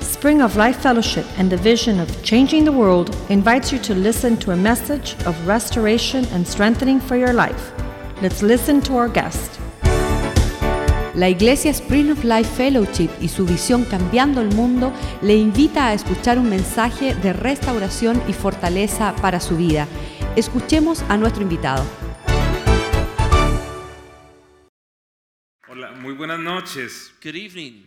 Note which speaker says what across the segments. Speaker 1: Spring of Life Fellowship and the vision of changing the world invites you to listen to a message of restoration and strengthening for your life. Let's listen to our guest.
Speaker 2: La Iglesia Spring of Life Fellowship y su visión Cambiando el Mundo le invita a escuchar un mensaje de restauración y fortaleza para su vida. Escuchemos a nuestro invitado.
Speaker 3: Hola, muy buenas noches.
Speaker 4: Good evening.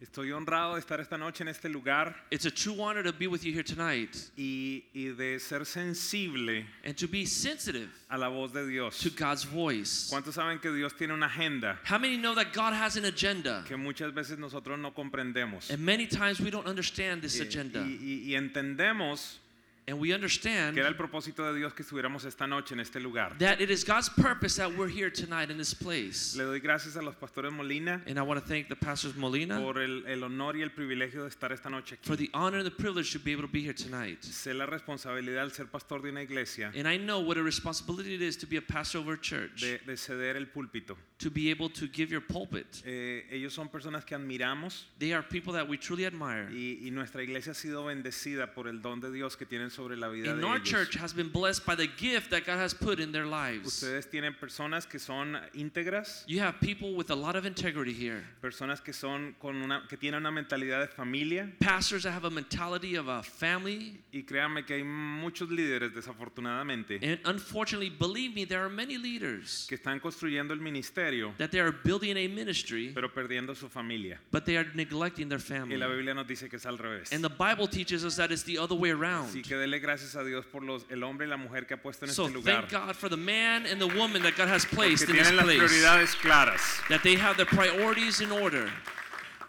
Speaker 3: Estoy honrado de estar esta noche en este lugar
Speaker 4: It's a true honor to be with you here tonight
Speaker 3: y, y de ser sensible
Speaker 4: and to be sensitive
Speaker 3: a la voz de
Speaker 4: to
Speaker 3: Dios.
Speaker 4: God's voice.
Speaker 3: ¿Cuántos saben que Dios tiene una agenda
Speaker 4: How many know that God has an agenda?
Speaker 3: que muchas veces nosotros no comprendemos?
Speaker 4: And many times we don't understand this
Speaker 3: Eh,
Speaker 4: agenda.
Speaker 3: Y, y- y entendemos
Speaker 4: And we understand
Speaker 3: que era el propósito de Dios que estuviéramos esta noche en este lugar.
Speaker 4: that it is God's purpose that we're here tonight in this place.
Speaker 3: Le doy gracias a los pastores Molina
Speaker 4: And I want to thank the pastors Molina
Speaker 3: por el, el honor y el privilegio de estar esta noche
Speaker 4: for
Speaker 3: aquí.
Speaker 4: the honor and the privilege to be able to be here tonight.
Speaker 3: Sé la responsabilidad al ser pastor de una iglesia
Speaker 4: And I know what a responsibility it is to be a pastor over a church,
Speaker 3: de, de ceder el púlpito.
Speaker 4: to be able to give your pulpit.
Speaker 3: Eh, ellos son personas que admiramos.
Speaker 4: They are people that we truly admire.
Speaker 3: Y, y nuestra iglesia ha sido bendecida por el don de Dios que tienen sobre la vida
Speaker 4: And
Speaker 3: de
Speaker 4: our
Speaker 3: ellos.
Speaker 4: church has been blessed by the gift that God has put in their lives.
Speaker 3: Ustedes tienen personas que son íntegras,
Speaker 4: You have people with a lot of integrity here.
Speaker 3: personas que son con una que tienen una mentalidad de familia
Speaker 4: Pastors that have a mentality of a family.
Speaker 3: y créanme que hay muchos líderes desafortunadamente
Speaker 4: And unfortunately, believe me, there are many leaders
Speaker 3: que están construyendo el ministerio
Speaker 4: that they are building a ministry,
Speaker 3: pero perdiendo su familia.
Speaker 4: but they are neglecting their
Speaker 3: Y
Speaker 4: family.
Speaker 3: la Biblia nos dice que es al revés.
Speaker 4: And the Bible teaches us that it's the other way
Speaker 3: Así
Speaker 4: around.
Speaker 3: que dele gracias a Dios por los el hombre y la mujer que ha puesto en
Speaker 4: So
Speaker 3: este lugar.
Speaker 4: thank God for the man and the woman that God has
Speaker 3: Que
Speaker 4: placed in this
Speaker 3: tienen las
Speaker 4: place,
Speaker 3: prioridades claras.
Speaker 4: that they have their priorities in order.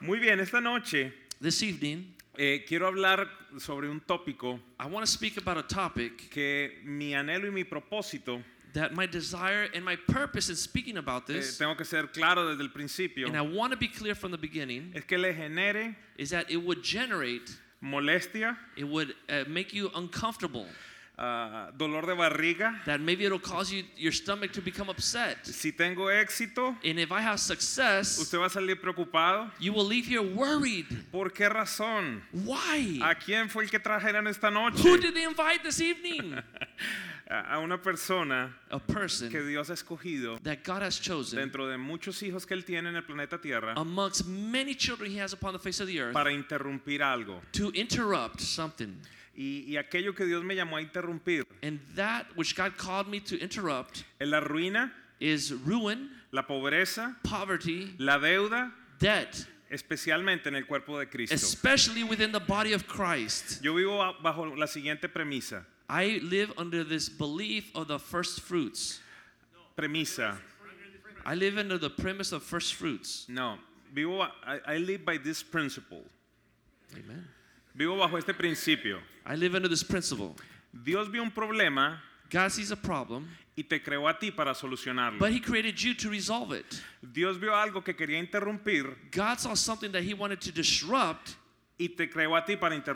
Speaker 3: Muy bien, esta noche
Speaker 4: This evening,
Speaker 3: eh, quiero hablar sobre un tópico
Speaker 4: I want to speak about a topic
Speaker 3: que mi anhelo y mi propósito,
Speaker 4: that my desire and my purpose in speaking about
Speaker 3: eh,
Speaker 4: this,
Speaker 3: tengo que ser claro desde el principio,
Speaker 4: and I want to be clear from the beginning,
Speaker 3: es que le genere
Speaker 4: is that it would generate,
Speaker 3: molestia,
Speaker 4: it would uh, make you uncomfortable,
Speaker 3: ah, dolor de barriga.
Speaker 4: that maybe it'll cause you your stomach to become upset.
Speaker 3: Si tengo éxito,
Speaker 4: And if I have success,
Speaker 3: usted va a salir preocupado.
Speaker 4: you will leave here worried.
Speaker 3: ¿Por qué razón? ¿A
Speaker 4: Why?
Speaker 3: quién fue el que trajeron esta
Speaker 4: Who
Speaker 3: noche?
Speaker 4: did they invite this evening?
Speaker 3: A a una persona
Speaker 4: A
Speaker 3: que
Speaker 4: person
Speaker 3: Dios ha escogido
Speaker 4: that God has chosen
Speaker 3: dentro de muchos hijos que él tiene en el planeta Tierra
Speaker 4: amongst many children he has upon the face of the earth
Speaker 3: para interrumpir algo.
Speaker 4: to interrupt something.
Speaker 3: Y, y aquello que Dios me llamó a interrumpir
Speaker 4: And that which God called me to interrupt
Speaker 3: es la ruina,
Speaker 4: is ruin,
Speaker 3: la pobreza,
Speaker 4: poverty,
Speaker 3: la deuda
Speaker 4: debt,
Speaker 3: especialmente en el cuerpo de Cristo.
Speaker 4: especially within the body of Christ.
Speaker 3: Yo vivo ba- bajo la siguiente premisa.
Speaker 4: I live under this belief of the first fruits.
Speaker 3: Premisa.
Speaker 4: I live under the premise of first fruits.
Speaker 3: No, vivo ba- I, I live by this principle.
Speaker 4: Amen.
Speaker 3: Vivo bajo este principio.
Speaker 4: I live under this principle.
Speaker 3: Dios vio un problema
Speaker 4: God sees a problem,
Speaker 3: y te creó a ti para solucionarlo.
Speaker 4: but He created you to resolve it.
Speaker 3: Dios vio algo que quería interrumpir
Speaker 4: God saw something that He wanted to disrupt,
Speaker 3: y te creó a ti para
Speaker 4: and He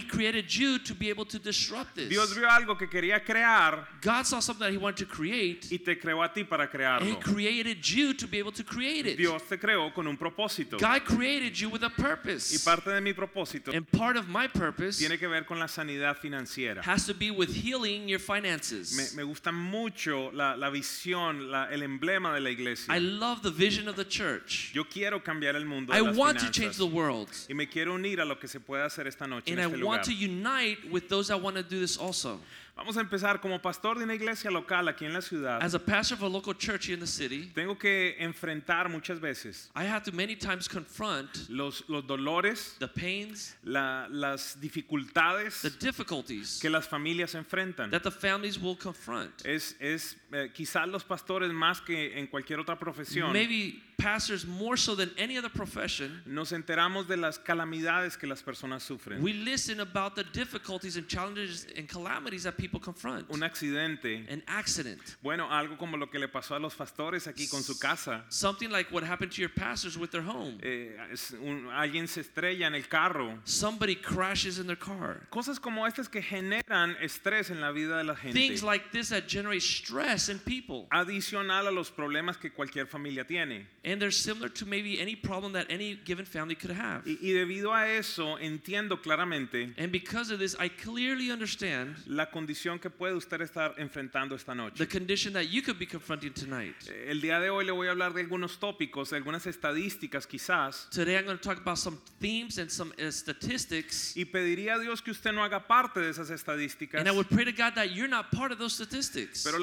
Speaker 3: interrumpirlo.
Speaker 4: created you to be able to disrupt this.
Speaker 3: Dios vio algo que quería crear
Speaker 4: God saw something that He wanted to create,
Speaker 3: y te creó a ti para
Speaker 4: and He
Speaker 3: crearlo.
Speaker 4: created you to be able to create it.
Speaker 3: Dios te creó con un propósito.
Speaker 4: God Em- created you with a
Speaker 3: Y
Speaker 4: purpose.
Speaker 3: parte de mi propósito
Speaker 4: And part of my purpose
Speaker 3: tiene que ver con la sanidad financiera.
Speaker 4: has to be with healing your
Speaker 3: Me,
Speaker 4: finances.
Speaker 3: me gusta mucho la, la visión, la- el emblema de la iglesia.
Speaker 4: I love the vision of the church.
Speaker 3: Yo quiero cambiar el mundo. De
Speaker 4: I
Speaker 3: las
Speaker 4: want to
Speaker 3: finanzas.
Speaker 4: change the world.
Speaker 3: y me quiero unir a lo que se puede hacer esta noche
Speaker 4: And
Speaker 3: en
Speaker 4: I
Speaker 3: este lugar.
Speaker 4: want to unite with those that want to do this also.
Speaker 3: Vamos a empezar como pastor de una iglesia local aquí en la ciudad.
Speaker 4: As a pastor of a local church here in the city,
Speaker 3: tengo que enfrentar muchas veces
Speaker 4: I have to many times confront
Speaker 3: los, los dolores,
Speaker 4: the pains,
Speaker 3: la- las
Speaker 4: the
Speaker 3: dificultades
Speaker 4: difficulties
Speaker 3: que las familias enfrentan.
Speaker 4: that the families will confront.
Speaker 3: Es, es eh, quizás los pastores más que en cualquier otra profesión.
Speaker 4: Maybe pastors more so than any other profession,
Speaker 3: nos enteramos de las calamidades que las personas sufren.
Speaker 4: we listen about the difficulties and challenges and calamities that people confront.
Speaker 3: un accidente.
Speaker 4: An accident.
Speaker 3: Bueno, algo como lo que le pasó a los pastores aquí con su casa.
Speaker 4: Something like what happened to your pastors with their home.
Speaker 3: Eh, es un- alguien se estrella en el carro.
Speaker 4: Somebody crashes in their car.
Speaker 3: Cosas como estas que generan estrés en la vida de la gente.
Speaker 4: Things like this that generate stress in people.
Speaker 3: Adicional a los problemas que cualquier familia tiene.
Speaker 4: In and they're similar to maybe any problem that any given family could have.
Speaker 3: Y, y debido a eso entiendo claramente
Speaker 4: And because of this, I clearly understand
Speaker 3: la condición que puede usted estar enfrentando esta
Speaker 4: the
Speaker 3: noche. Eh,
Speaker 4: condition that you could be confronting tonight.
Speaker 3: El día de hoy le voy a hablar de algunos tópicos, de algunas estadísticas quizás,
Speaker 4: Today, I'm going to talk about some themes and some uh, statistics.
Speaker 3: y pediría a Dios que usted no haga parte de esas estadísticas,
Speaker 4: And I would pray to God that you're not part of those statistics.
Speaker 3: pero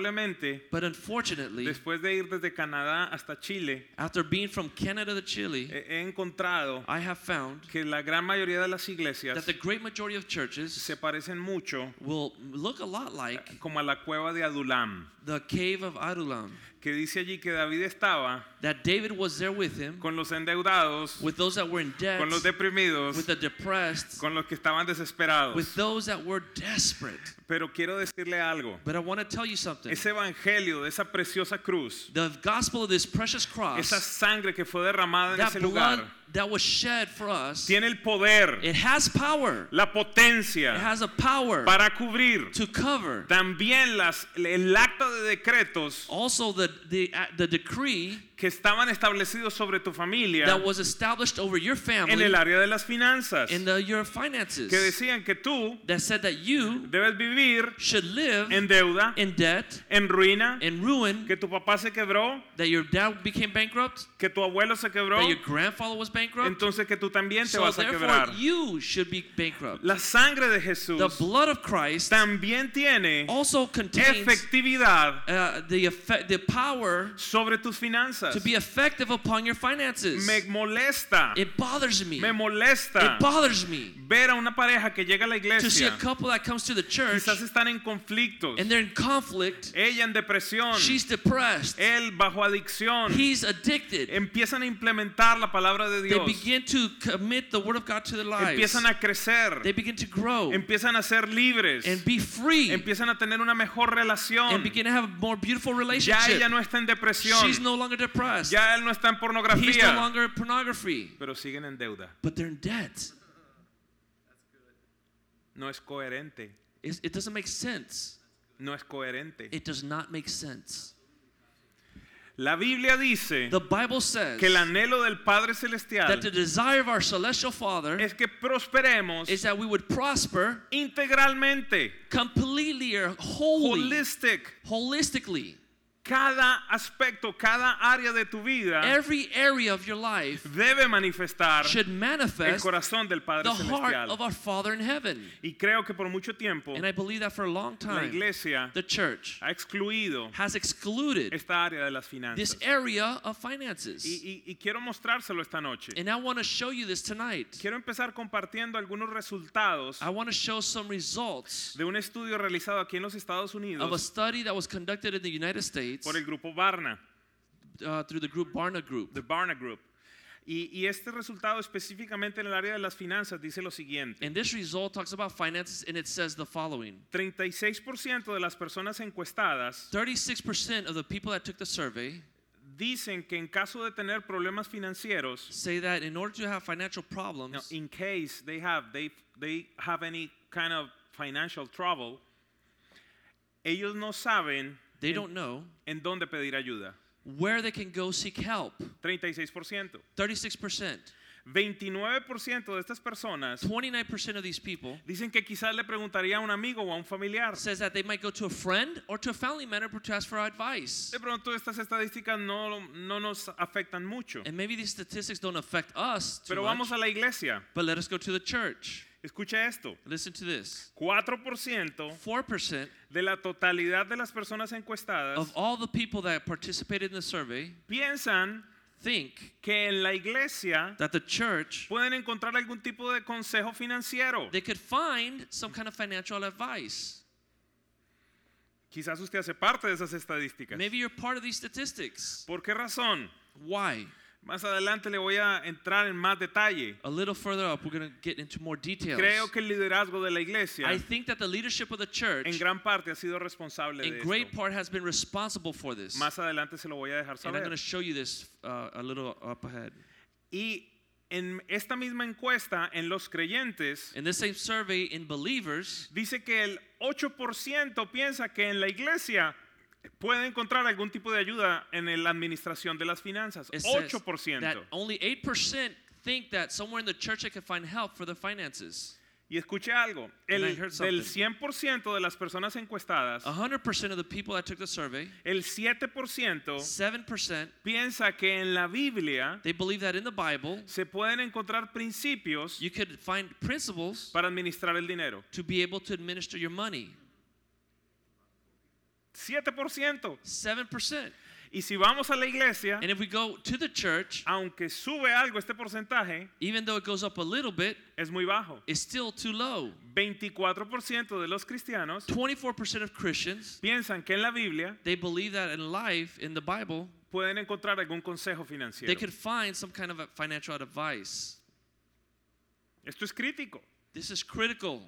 Speaker 3: lamentablemente,
Speaker 4: But unfortunately,
Speaker 3: después de ir desde Canadá hasta Chile,
Speaker 4: after being from Canada to Chile,
Speaker 3: he he encontrado
Speaker 4: I have found
Speaker 3: que la gran mayoría de las iglesias
Speaker 4: that the great majority of churches
Speaker 3: se parecen mucho
Speaker 4: will look a lot like
Speaker 3: como a la cueva de Adulam,
Speaker 4: the cave of Adullam,
Speaker 3: que dice allí que David estaba
Speaker 4: that David was there with him,
Speaker 3: con los endeudados,
Speaker 4: with those that were in debt,
Speaker 3: con los deprimidos,
Speaker 4: with the depressed,
Speaker 3: con los que estaban
Speaker 4: with
Speaker 3: desesperados.
Speaker 4: those that were desperate.
Speaker 3: Pero quiero decirle algo.
Speaker 4: But I want to tell you something.
Speaker 3: Ese evangelio de esa preciosa cruz,
Speaker 4: The gospel of this precious
Speaker 3: esa
Speaker 4: cross,
Speaker 3: sangre que fue derramada en
Speaker 4: that
Speaker 3: ese
Speaker 4: blood
Speaker 3: lugar,
Speaker 4: that was shed for us,
Speaker 3: tiene el poder,
Speaker 4: it has power.
Speaker 3: la
Speaker 4: It
Speaker 3: potencia
Speaker 4: has a power
Speaker 3: para cubrir
Speaker 4: to cover.
Speaker 3: también las, el acta de decretos
Speaker 4: Also, the, the, the decree
Speaker 3: que estaban establecidos sobre tu familia
Speaker 4: that was established over your
Speaker 3: en el
Speaker 4: family
Speaker 3: área de las finanzas,
Speaker 4: in the, your finances
Speaker 3: que decían que tú
Speaker 4: that said that you
Speaker 3: debes vivir
Speaker 4: should live
Speaker 3: en deuda,
Speaker 4: in debt,
Speaker 3: en ruina,
Speaker 4: in ruin,
Speaker 3: que tu papá se quebró,
Speaker 4: that your dad became bankrupt,
Speaker 3: que tu abuelo se quebró,
Speaker 4: that your grandfather was bankrupt.
Speaker 3: entonces que tú también te
Speaker 4: So
Speaker 3: vas a
Speaker 4: therefore,
Speaker 3: quebrar.
Speaker 4: you should be bankrupt.
Speaker 3: La sangre de
Speaker 4: The
Speaker 3: Jesús
Speaker 4: blood of Christ
Speaker 3: también tiene
Speaker 4: also contains
Speaker 3: efectividad
Speaker 4: uh, the effect, the power
Speaker 3: sobre tus finanzas.
Speaker 4: to be effective upon your finances.
Speaker 3: Me molesta,
Speaker 4: It bothers me.
Speaker 3: me
Speaker 4: It
Speaker 3: molesta
Speaker 4: bothers me
Speaker 3: ver a una pareja que llega a la
Speaker 4: to see a
Speaker 3: iglesia,
Speaker 4: couple that comes to the church
Speaker 3: quizás están en conflictos,
Speaker 4: and they're in conflict.
Speaker 3: ella en depresión,
Speaker 4: She's depressed.
Speaker 3: él bajo adicción,
Speaker 4: He's addicted.
Speaker 3: empiezan a implementar la palabra de
Speaker 4: They
Speaker 3: Dios,
Speaker 4: begin to commit the word of God to their lives.
Speaker 3: empiezan a crecer,
Speaker 4: They begin to grow
Speaker 3: empiezan a ser libres,
Speaker 4: and be free
Speaker 3: empiezan a tener una mejor
Speaker 4: and
Speaker 3: relación.
Speaker 4: begin to have a more beautiful
Speaker 3: Ya ella
Speaker 4: relationship.
Speaker 3: no está en depresión,
Speaker 4: She's no longer depressed.
Speaker 3: ya él no está en
Speaker 4: He's no
Speaker 3: pornografía,
Speaker 4: longer in pornography.
Speaker 3: pero siguen en deuda.
Speaker 4: But they're in debt.
Speaker 3: No es coherente,
Speaker 4: It's- It doesn't make sense.
Speaker 3: no es coherente.
Speaker 4: It does not make sense.
Speaker 3: La Biblia dice
Speaker 4: The Bible says
Speaker 3: que el anhelo del Padre
Speaker 4: that the
Speaker 3: Celestial
Speaker 4: desire of our celestial Father
Speaker 3: es que prosperemos
Speaker 4: is that we would prosper
Speaker 3: integralmente,
Speaker 4: completely or wholly,
Speaker 3: holistic,
Speaker 4: holistically.
Speaker 3: cada aspecto, cada área de tu vida
Speaker 4: Every area of your life
Speaker 3: debe manifestar
Speaker 4: should
Speaker 3: el
Speaker 4: manifest
Speaker 3: corazón del Padre
Speaker 4: the heart
Speaker 3: Celestial.
Speaker 4: of our Father in heaven.
Speaker 3: Y creo que por mucho tiempo
Speaker 4: And I believe that for a long
Speaker 3: la
Speaker 4: time,
Speaker 3: iglesia
Speaker 4: the church
Speaker 3: ha excluido
Speaker 4: has excluded
Speaker 3: esta área de las
Speaker 4: this
Speaker 3: finanzas.
Speaker 4: area of finances.
Speaker 3: Y, y- y quiero mostrárselo esta noche.
Speaker 4: And I want to show you this tonight.
Speaker 3: Quiero empezar compartiendo algunos resultados
Speaker 4: I want to show some results
Speaker 3: de un estudio realizado aquí en los Estados
Speaker 4: of a
Speaker 3: Unidos
Speaker 4: study that was conducted in the United States
Speaker 3: por el grupo Barna,
Speaker 4: uh, through the group Barna Group.
Speaker 3: The Barna Group. Y, y este resultado específicamente en el área de las finanzas dice lo siguiente.
Speaker 4: And this result talks about finances and it says the following
Speaker 3: 36% de las personas encuestadas
Speaker 4: 36% of the people that took the survey
Speaker 3: dicen que en caso de tener problemas financieros,
Speaker 4: say that in order to have financial problems,
Speaker 3: no, in case they have, they, they have any kind of financial trouble, ellos no saben
Speaker 4: they
Speaker 3: en-
Speaker 4: don't know
Speaker 3: en dónde pedir ayuda.
Speaker 4: where they can go seek help.
Speaker 3: 36%.
Speaker 4: 36%.
Speaker 3: 29% de estas personas
Speaker 4: 29% of these people
Speaker 3: dicen que quizás le preguntaría a un amigo o a un familiar.
Speaker 4: says that they might go to a friend or to a family member to ask for advice.
Speaker 3: De pronto estas estadísticas no, no nos afectan mucho.
Speaker 4: And maybe these statistics don't affect us too
Speaker 3: Pero vamos
Speaker 4: much,
Speaker 3: a la iglesia.
Speaker 4: but let us go to the church.
Speaker 3: Escucha esto.
Speaker 4: Listen to this.
Speaker 3: 4%
Speaker 4: 4%
Speaker 3: de la totalidad de las personas
Speaker 4: of
Speaker 3: encuestadas
Speaker 4: all the people that participated in the survey
Speaker 3: piensan
Speaker 4: think
Speaker 3: que en la iglesia
Speaker 4: that the church
Speaker 3: pueden encontrar algún tipo de consejo financiero.
Speaker 4: they could find some kind of financial advice.
Speaker 3: Quizás usted hace parte de esas estadísticas.
Speaker 4: Maybe you're part of these statistics.
Speaker 3: ¿Por qué razón?
Speaker 4: Why?
Speaker 3: Más adelante le voy a entrar en más detalle.
Speaker 4: A little further up, we're going to get into more details.
Speaker 3: Creo que el liderazgo de la iglesia
Speaker 4: I think that the leadership of the church,
Speaker 3: en gran parte ha sido responsable
Speaker 4: in
Speaker 3: de
Speaker 4: great
Speaker 3: esto.
Speaker 4: part, has been responsible for this.
Speaker 3: Más adelante se lo voy a dejar
Speaker 4: And I'm going
Speaker 3: saber.
Speaker 4: to show you this uh, a little up ahead.
Speaker 3: Y en esta misma encuesta en los creyentes
Speaker 4: In this same survey in believers,
Speaker 3: dice que el 8% piensa que en la iglesia Puede encontrar algún tipo de ayuda en el- la administración de las finanzas.
Speaker 4: It says
Speaker 3: 8%.
Speaker 4: that only 8% think that somewhere in the church they can find help for their finances.
Speaker 3: Y escuché algo. El,
Speaker 4: I heard
Speaker 3: del
Speaker 4: something.
Speaker 3: 100% de las personas encuestadas,
Speaker 4: 100% of the people that took the survey,
Speaker 3: el 7%
Speaker 4: 7%,
Speaker 3: piensa que en la Biblia
Speaker 4: they believe that in the Bible,
Speaker 3: se pueden encontrar principios
Speaker 4: you could find principles
Speaker 3: para administrar el dinero.
Speaker 4: to be able to administer your money.
Speaker 3: 7%.
Speaker 4: 7%.
Speaker 3: Y si vamos a la iglesia,
Speaker 4: And if we go to the church,
Speaker 3: aunque sube algo este porcentaje,
Speaker 4: even though it goes up a little bit,
Speaker 3: es muy bajo.
Speaker 4: it's still too low.
Speaker 3: 24% de los cristianos
Speaker 4: 24% of Christians,
Speaker 3: piensan que en la Biblia
Speaker 4: they believe that in life, in the Bible,
Speaker 3: pueden encontrar algún consejo
Speaker 4: they
Speaker 3: financiero.
Speaker 4: could find some kind of a financial advice.
Speaker 3: Esto es crítico.
Speaker 4: This is critical.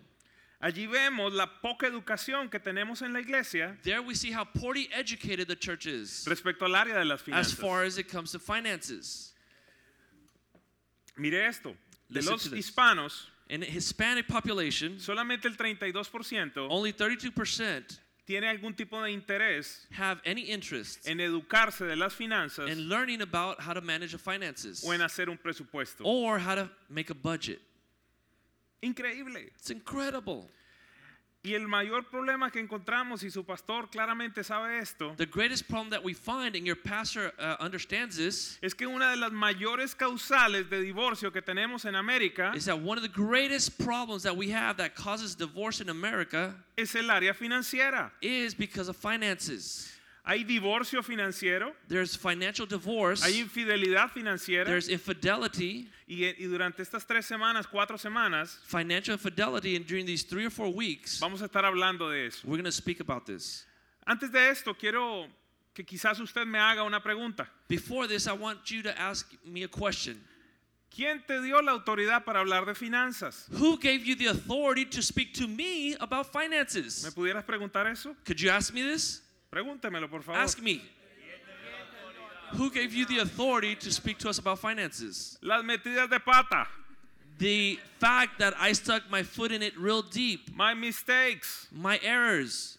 Speaker 3: Allí vemos la poca educación que tenemos en la iglesia
Speaker 4: There we see how poorly educated the church is
Speaker 3: respecto al área de las
Speaker 4: as far
Speaker 3: finanzas.
Speaker 4: as it comes to finances.
Speaker 3: Mire esto. De
Speaker 4: Listen
Speaker 3: los
Speaker 4: to this.
Speaker 3: hispanos,
Speaker 4: In the Hispanic population,
Speaker 3: solamente el 32%
Speaker 4: only 32%
Speaker 3: tiene algún tipo de interés
Speaker 4: have any interest
Speaker 3: en educarse de las finanzas
Speaker 4: in learning about how to manage your finances
Speaker 3: o en hacer un presupuesto.
Speaker 4: or how to make a budget.
Speaker 3: Increíble.
Speaker 4: It's incredible.
Speaker 3: Y el mayor problema que encontramos, y su pastor claramente sabe esto,
Speaker 4: The greatest problem that we find, and your pastor uh, understands this,
Speaker 3: es que una de las mayores causales de divorcio que tenemos en América
Speaker 4: is that one of the greatest problems that we have that causes divorce in America
Speaker 3: es el área financiera.
Speaker 4: is because of finances.
Speaker 3: Hay divorcio financiero,
Speaker 4: There's financial divorce,
Speaker 3: hay infidelidad financiera.
Speaker 4: there's infidelity,
Speaker 3: Y, y durante estas tres semanas, cuatro semanas,
Speaker 4: financial infidelity, and during these three or four weeks,
Speaker 3: vamos a estar hablando de eso.
Speaker 4: we're going to speak about this.
Speaker 3: Antes de esto, quiero que quizás usted me haga una pregunta.
Speaker 4: Before this, I want you to ask me a question.
Speaker 3: ¿Quién te dio la autoridad para hablar de finanzas?
Speaker 4: Who gave you the authority to speak to me about
Speaker 3: ¿Me
Speaker 4: finances?
Speaker 3: pudieras preguntar eso?
Speaker 4: Could you ask me this?
Speaker 3: Pregúntemelo, por favor.
Speaker 4: Ask me. Who gave you the authority to speak to us about finances?
Speaker 3: Las metidas de pata.
Speaker 4: The fact that I stuck my foot in it real deep,
Speaker 3: My mistakes.
Speaker 4: my errors,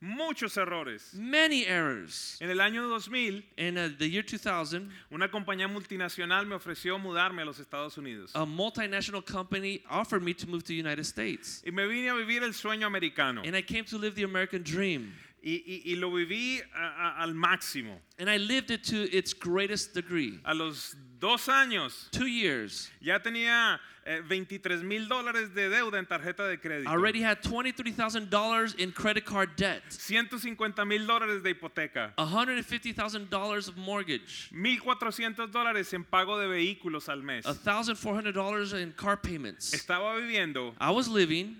Speaker 3: Muchos errores.
Speaker 4: many errors.
Speaker 3: En el año 2000,
Speaker 4: In uh, the year 2000,
Speaker 3: una compañía multinacional me ofreció mudarme a los Estados Unidos.
Speaker 4: a multinational company offered me to move to the United States.
Speaker 3: Y me vine a vivir el sueño americano.
Speaker 4: And I came to live the American dream.
Speaker 3: Y, y- y lo viví a- a- al máximo.
Speaker 4: And I lived it to its greatest degree.
Speaker 3: A los dos años
Speaker 4: Two years.
Speaker 3: Ya tenía 23 mil dólares de deuda en tarjeta de crédito.
Speaker 4: I already had $23,000 in credit card debt,
Speaker 3: 150 mil dólares de hipoteca.
Speaker 4: $150,000 of mortgage,
Speaker 3: 1.400 dólares en pago de vehículos al mes.
Speaker 4: $1,400 in car payments.
Speaker 3: Estaba viviendo
Speaker 4: I was living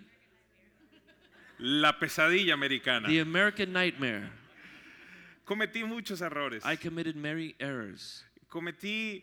Speaker 3: la pesadilla americana.
Speaker 4: the American nightmare.
Speaker 3: Cometí muchos errores.
Speaker 4: I committed many errors.
Speaker 3: Cometí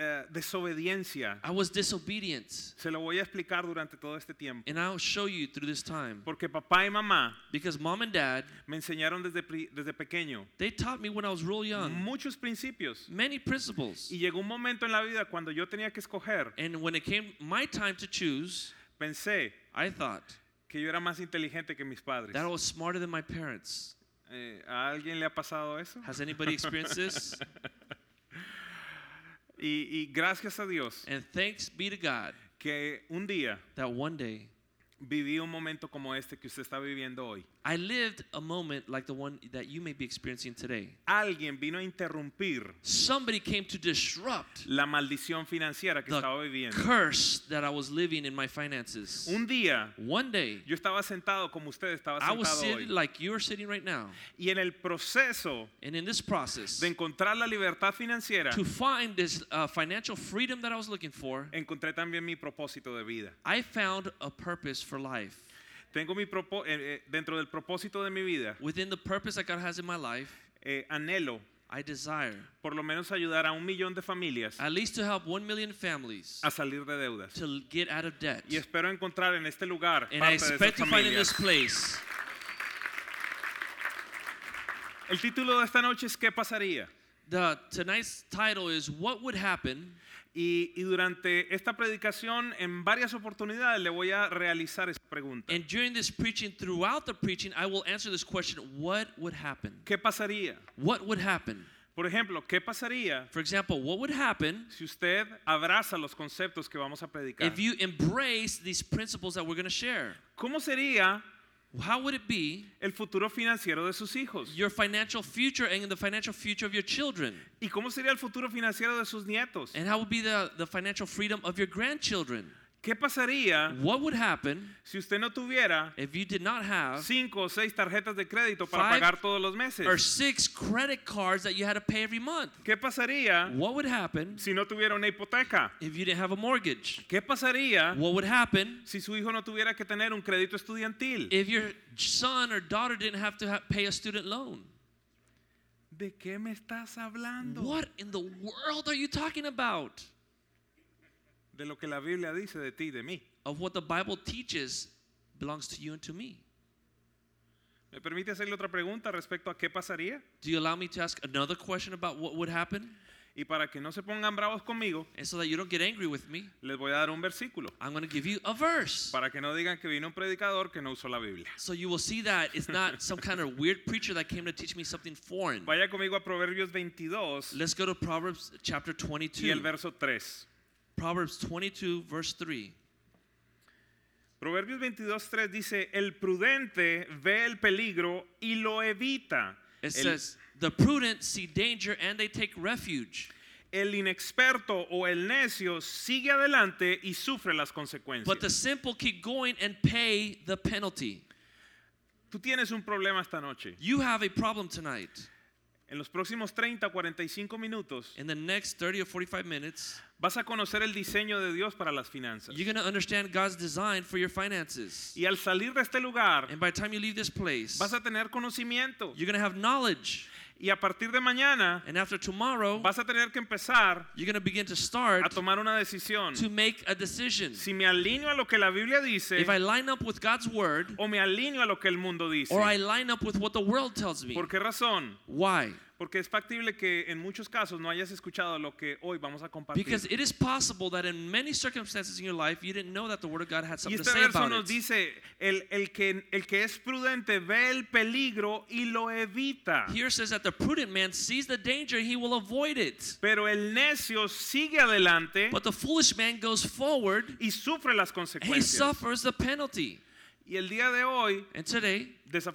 Speaker 3: eh, desobediencia.
Speaker 4: I was disobedient.
Speaker 3: Se lo voy a explicar durante todo este tiempo.
Speaker 4: And I'll show you through this time.
Speaker 3: Porque papá y mamá
Speaker 4: Because mom and dad,
Speaker 3: me enseñaron desde, pri- desde pequeño
Speaker 4: they taught me when I was real young
Speaker 3: muchos principios.
Speaker 4: many principles.
Speaker 3: Y llegó un momento en la vida cuando yo tenía que escoger,
Speaker 4: And when it came my time to choose,
Speaker 3: pensé
Speaker 4: I thought
Speaker 3: que yo era más inteligente que mis padres.
Speaker 4: that I was smarter than my parents.
Speaker 3: Eh, ¿A alguien le ha pasado eso?
Speaker 4: Has anybody experienced this?
Speaker 3: Y, y gracias a Dios
Speaker 4: And thanks be to God
Speaker 3: que un día
Speaker 4: that one day
Speaker 3: viví un momento como este que usted está viviendo hoy.
Speaker 4: I lived a moment like the one that you may be experiencing today.
Speaker 3: Alguien vino a interrumpir
Speaker 4: Somebody came to disrupt
Speaker 3: la maldición financiera que estaba
Speaker 4: the
Speaker 3: viviendo.
Speaker 4: curse that I was living in my finances.
Speaker 3: Un día
Speaker 4: One day,
Speaker 3: yo estaba sentado como usted estaba
Speaker 4: I was
Speaker 3: sentado
Speaker 4: sitting
Speaker 3: hoy.
Speaker 4: like you're sitting right now.
Speaker 3: Y en el proceso
Speaker 4: And in this process,
Speaker 3: de encontrar la libertad financiera,
Speaker 4: to find this uh, financial freedom that I was looking for,
Speaker 3: encontré también mi propósito de vida.
Speaker 4: I found a purpose for life.
Speaker 3: Tengo mi propo- eh, eh, dentro del propósito de mi vida,
Speaker 4: Within the purpose that God has in my life,
Speaker 3: eh, anhelo
Speaker 4: I desire
Speaker 3: por lo menos ayudar a un millón de familias
Speaker 4: at least to help one million families
Speaker 3: a salir de deudas.
Speaker 4: to l- get out of debt.
Speaker 3: Y espero encontrar en este lugar
Speaker 4: And I
Speaker 3: parte de esas
Speaker 4: expect to find in this
Speaker 3: familias.
Speaker 4: place.
Speaker 3: El título de esta noche es ¿Qué pasaría?
Speaker 4: The, tonight's title is What Would Happen
Speaker 3: Y, y durante esta predicación, en varias oportunidades, le voy a realizar esa pregunta.
Speaker 4: And during this preaching, throughout the preaching, I will answer this question What would happen?
Speaker 3: ¿Qué pasaría?
Speaker 4: What would happen?
Speaker 3: Por ejemplo, ¿qué pasaría
Speaker 4: For example, what would happen
Speaker 3: si usted abraza los conceptos que vamos a predicar?
Speaker 4: if you embrace these principles that we're going to share?
Speaker 3: ¿Cómo sería
Speaker 4: How would it be
Speaker 3: el futuro financiero de sus hijos?
Speaker 4: your financial future and the financial future of your children?
Speaker 3: ¿Y cómo sería el futuro financiero de sus nietos?
Speaker 4: And how would be the, the financial freedom of your grandchildren?
Speaker 3: ¿Qué pasaría
Speaker 4: What would happen
Speaker 3: si usted no tuviera
Speaker 4: if you did not have
Speaker 3: cinco o seis tarjetas de crédito para
Speaker 4: Ah. Five
Speaker 3: pagar todos los
Speaker 4: or
Speaker 3: meses?
Speaker 4: six credit cards that you had to pay every month?
Speaker 3: ¿Qué pasaría
Speaker 4: What would happen
Speaker 3: si no tuviera una hipoteca?
Speaker 4: if you didn't have a mortgage?
Speaker 3: ¿Qué pasaría
Speaker 4: What would happen
Speaker 3: si su hijo no tuviera que tener un crédito estudiantil?
Speaker 4: if your son or daughter didn't have to ha- pay a student loan?
Speaker 3: ¿De qué me estás hablando?
Speaker 4: What in the world are you talking about?
Speaker 3: De lo que la Biblia dice de ti y de mí.
Speaker 4: Of what the Bible teaches belongs to you and to me.
Speaker 3: ¿Me permite hacerle otra pregunta respecto a qué pasaría?
Speaker 4: Do you allow me to ask another question about what would happen?
Speaker 3: Y para que no se pongan bravos conmigo,
Speaker 4: And so that you don't get angry with me,
Speaker 3: les voy a dar un versículo.
Speaker 4: I'm going to give you a verse.
Speaker 3: Para que no digan que vino un predicador que no usó la Biblia.
Speaker 4: So you will see that it's not some kind of weird preacher that came to teach me something foreign.
Speaker 3: Vaya conmigo a Proverbios 22
Speaker 4: Let's go to Proverbs chapter
Speaker 3: y el
Speaker 4: 22.
Speaker 3: verso 3.
Speaker 4: Proverbs 22, verse 3.
Speaker 3: Proverbios 22.3 dice, el prudente ve el peligro y lo evita.
Speaker 4: It
Speaker 3: El,
Speaker 4: says, The prudent see danger and they take refuge,
Speaker 3: el inexperto o el necio sigue adelante y sufre las
Speaker 4: but the
Speaker 3: consecuencias.
Speaker 4: simple keep going and pay the penalty.
Speaker 3: Tú tienes un problema esta noche.
Speaker 4: You have a problem tonight.
Speaker 3: En los próximos 30 o 45 minutos
Speaker 4: In the next 30 or 45 minutes,
Speaker 3: vas a conocer el diseño de Dios para las finanzas.
Speaker 4: you're going to understand God's design for your finances.
Speaker 3: Y al salir de este lugar
Speaker 4: And by the time you leave this place,
Speaker 3: vas a tener conocimiento.
Speaker 4: you're going to have knowledge.
Speaker 3: Y a partir de mañana
Speaker 4: And after tomorrow,
Speaker 3: vas a tener que empezar
Speaker 4: you're going to begin to
Speaker 3: a
Speaker 4: start
Speaker 3: tomar una decisión.
Speaker 4: to make a decision.
Speaker 3: Si me alineo a lo que la Biblia dice
Speaker 4: If I line up with God's word
Speaker 3: o me alineo a lo que el mundo dice.
Speaker 4: or I line up with what the world tells me,
Speaker 3: ¿Por qué razón?
Speaker 4: why?
Speaker 3: Porque es factible que en muchos casos no hayas escuchado lo que hoy vamos a compartir.
Speaker 4: Because it is possible that in many circumstances in your life, you didn't know that the word of God had
Speaker 3: y
Speaker 4: something to
Speaker 3: este
Speaker 4: say
Speaker 3: verso
Speaker 4: about
Speaker 3: nos
Speaker 4: it.
Speaker 3: dice, el, el que, el que es prudente ve el peligro y lo evita,
Speaker 4: Here it says that the prudent man sees the danger, he will avoid it.
Speaker 3: pero el necio sigue adelante
Speaker 4: But the foolish man goes forward
Speaker 3: y sufre las
Speaker 4: and he
Speaker 3: consecuencias.
Speaker 4: suffers the penalty.
Speaker 3: Y el día de hoy,
Speaker 4: And today,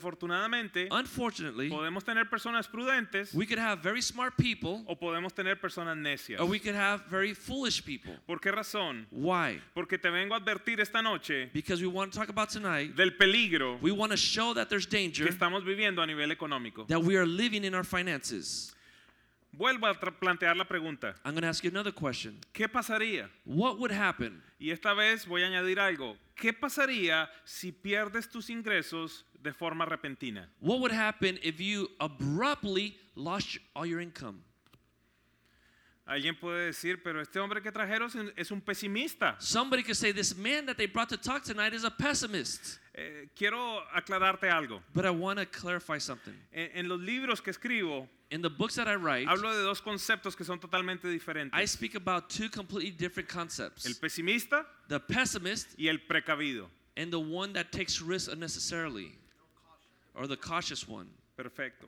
Speaker 3: desafortunadamente,
Speaker 4: unfortunately,
Speaker 3: podemos tener personas prudentes
Speaker 4: we could have very smart people
Speaker 3: o podemos tener personas necias.
Speaker 4: or we could have very foolish people.
Speaker 3: ¿Por qué razón?
Speaker 4: Why?
Speaker 3: Porque te vengo a advertir esta noche
Speaker 4: Because we want to talk about tonight,
Speaker 3: del peligro
Speaker 4: we want to show that there's
Speaker 3: que
Speaker 4: danger
Speaker 3: estamos viviendo a nivel económico.
Speaker 4: that we are living in our finances.
Speaker 3: Vuelvo a tra- plantear la pregunta.
Speaker 4: I'm going to ask you another question.
Speaker 3: ¿Qué pasaría?
Speaker 4: What would happen?
Speaker 3: Y esta vez voy a añadir algo. ¿Qué pasaría si pierdes tus ingresos de forma repentina?
Speaker 4: What would happen if you abruptly lost all your income?
Speaker 3: Alguien puede decir, pero este hombre que trajeron es- es un pesimista.
Speaker 4: Somebody could say, This man that they brought to talk tonight is a pessimist.
Speaker 3: Eh, quiero aclararte algo.
Speaker 4: But I want to clarify something.
Speaker 3: En, en los libros que escribo,
Speaker 4: In the books that I write,
Speaker 3: hablo de dos conceptos que son totalmente
Speaker 4: I
Speaker 3: diferentes.
Speaker 4: speak about two completely different
Speaker 3: El
Speaker 4: concepts
Speaker 3: pesimista
Speaker 4: the pessimist
Speaker 3: y el precavido.
Speaker 4: and the one that takes risks unnecessarily, or the cautious one.
Speaker 3: Perfecto.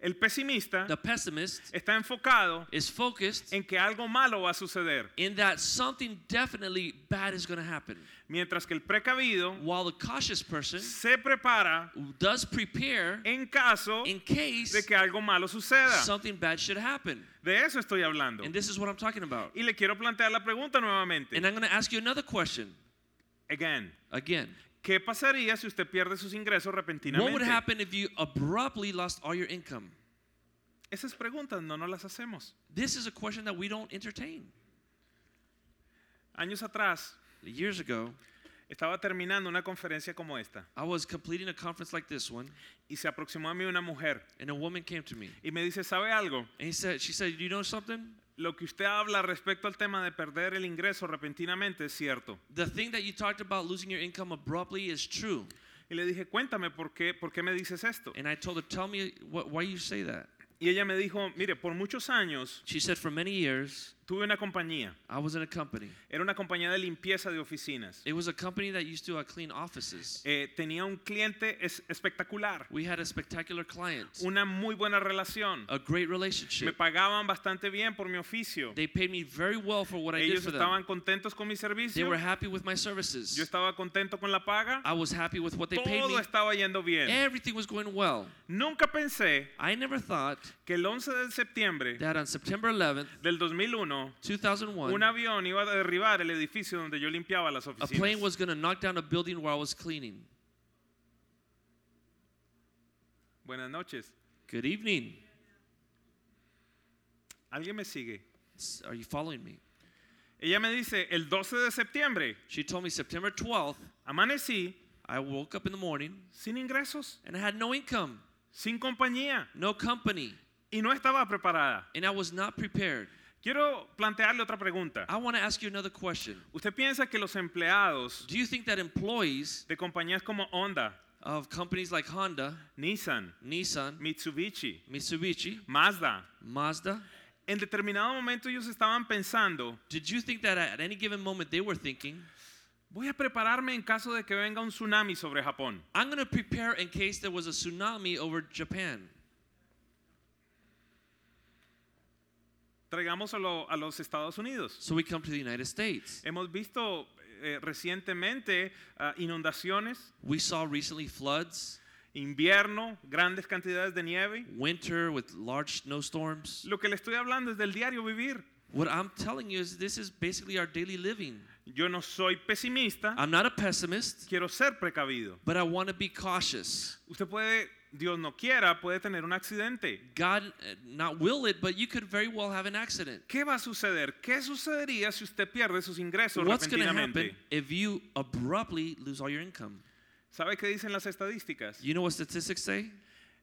Speaker 3: El pesimista
Speaker 4: The pessimist
Speaker 3: está enfocado
Speaker 4: is focused
Speaker 3: en que algo malo va a suceder,
Speaker 4: in that something definitely bad is going to happen,
Speaker 3: mientras que el precavido
Speaker 4: while the cautious person
Speaker 3: se prepara
Speaker 4: does prepare
Speaker 3: en caso
Speaker 4: in case
Speaker 3: de que algo malo suceda.
Speaker 4: something bad should happen.
Speaker 3: De eso estoy hablando.
Speaker 4: And this is what I'm talking about.
Speaker 3: Y le quiero plantear la pregunta
Speaker 4: And
Speaker 3: nuevamente.
Speaker 4: I'm going to ask you another question
Speaker 3: Again,
Speaker 4: again.
Speaker 3: ¿qué pasaría si usted pierde sus ingresos
Speaker 4: What would
Speaker 3: repentinamente?
Speaker 4: happen if you abruptly lost all your income?
Speaker 3: Esas preguntas no nos las hacemos.
Speaker 4: This is a question that we don't entertain.
Speaker 3: Años atrás
Speaker 4: Years ago,
Speaker 3: estaba terminando una conferencia como esta
Speaker 4: I was completing a conference like this one,
Speaker 3: y se aproximó a mí una mujer
Speaker 4: and a woman came to me.
Speaker 3: y me dice, ¿sabe algo?
Speaker 4: And he said, she said, "You know something?
Speaker 3: Lo que usted habla respecto al tema de perder el ingreso repentinamente es cierto.
Speaker 4: The thing that you talked about losing your income abruptly is true."
Speaker 3: Y le dije, cuéntame por qué, por qué me dices esto.
Speaker 4: And I told her, "Tell me what, why you say that."
Speaker 3: Y ella me dijo, mire, por muchos años
Speaker 4: She said, For many years,
Speaker 3: tuve una compañía.
Speaker 4: I was in a company.
Speaker 3: Era una compañía de limpieza de oficinas.
Speaker 4: It was a company that used to uh, clean offices.
Speaker 3: Eh, tenía un cliente es- espectacular,
Speaker 4: We had a spectacular client,
Speaker 3: una muy buena relación.
Speaker 4: a great
Speaker 3: Me
Speaker 4: relationship.
Speaker 3: pagaban bastante bien por mi oficio.
Speaker 4: They paid me very well for what I did
Speaker 3: Ellos
Speaker 4: for them.
Speaker 3: estaban contentos con mi
Speaker 4: They
Speaker 3: servicio.
Speaker 4: were happy with my
Speaker 3: Yo
Speaker 4: services.
Speaker 3: estaba contento con la paga.
Speaker 4: I was happy with what they paid me.
Speaker 3: Todo estaba yendo bien.
Speaker 4: Everything was going well.
Speaker 3: Nunca pensé
Speaker 4: I never thought
Speaker 3: que el 11 de septiembre
Speaker 4: that on September 11th,
Speaker 3: del 2001 un
Speaker 4: 2001,
Speaker 3: avión iba a derribar el edificio donde yo limpiaba las
Speaker 4: a plane
Speaker 3: oficinas.
Speaker 4: was going to knock down a building where I was cleaning.
Speaker 3: Buenas noches.
Speaker 4: Good evening.
Speaker 3: ¿Alguien me sigue?
Speaker 4: S- Are you following me?
Speaker 3: Ella me dice, el 12 de septiembre
Speaker 4: She told me September 12th,
Speaker 3: amanecí
Speaker 4: I woke up in the morning
Speaker 3: sin ingresos,
Speaker 4: and I had no income,
Speaker 3: sin compañía
Speaker 4: no company,
Speaker 3: y no estaba preparada.
Speaker 4: and I was not prepared.
Speaker 3: Quiero plantearle otra pregunta.
Speaker 4: I want to ask you another question.
Speaker 3: ¿Usted piensa que los empleados
Speaker 4: Do you think that employees
Speaker 3: de compañías como Honda,
Speaker 4: of companies like Honda,
Speaker 3: Nissan,
Speaker 4: Nissan,
Speaker 3: Mitsubishi,
Speaker 4: Mitsubishi,
Speaker 3: Mazda,
Speaker 4: Mazda,
Speaker 3: en determinado momento ellos estaban pensando,
Speaker 4: did you think that at any given moment they were thinking,
Speaker 3: voy a prepararme en caso de que venga un tsunami sobre Japón?
Speaker 4: I'm going to prepare in case there was a tsunami over Japan?
Speaker 3: Traigámoslo a los Estados Unidos.
Speaker 4: So we come to the United States.
Speaker 3: Hemos visto eh, recientemente ah, inundaciones,
Speaker 4: We saw recently floods,
Speaker 3: invierno, grandes cantidades de nieve.
Speaker 4: winter with large snowstorms.
Speaker 3: Lo que le estoy hablando es del diario vivir.
Speaker 4: What I'm telling you is this is basically our daily living.
Speaker 3: Yo no soy pesimista,
Speaker 4: I'm not a pessimist,
Speaker 3: quiero ser precavido.
Speaker 4: but I want to be cautious.
Speaker 3: Usted puede, Dios no quiera, puede tener un accidente.
Speaker 4: God uh, not will it, but you could very well have an accident.
Speaker 3: ¿Qué va a suceder? ¿Qué sucedería si usted pierde sus ingresos
Speaker 4: What's going to happen
Speaker 3: repentinamente?
Speaker 4: if you abruptly lose all your income?
Speaker 3: ¿Sabe qué dicen las estadísticas?
Speaker 4: You know what statistics say?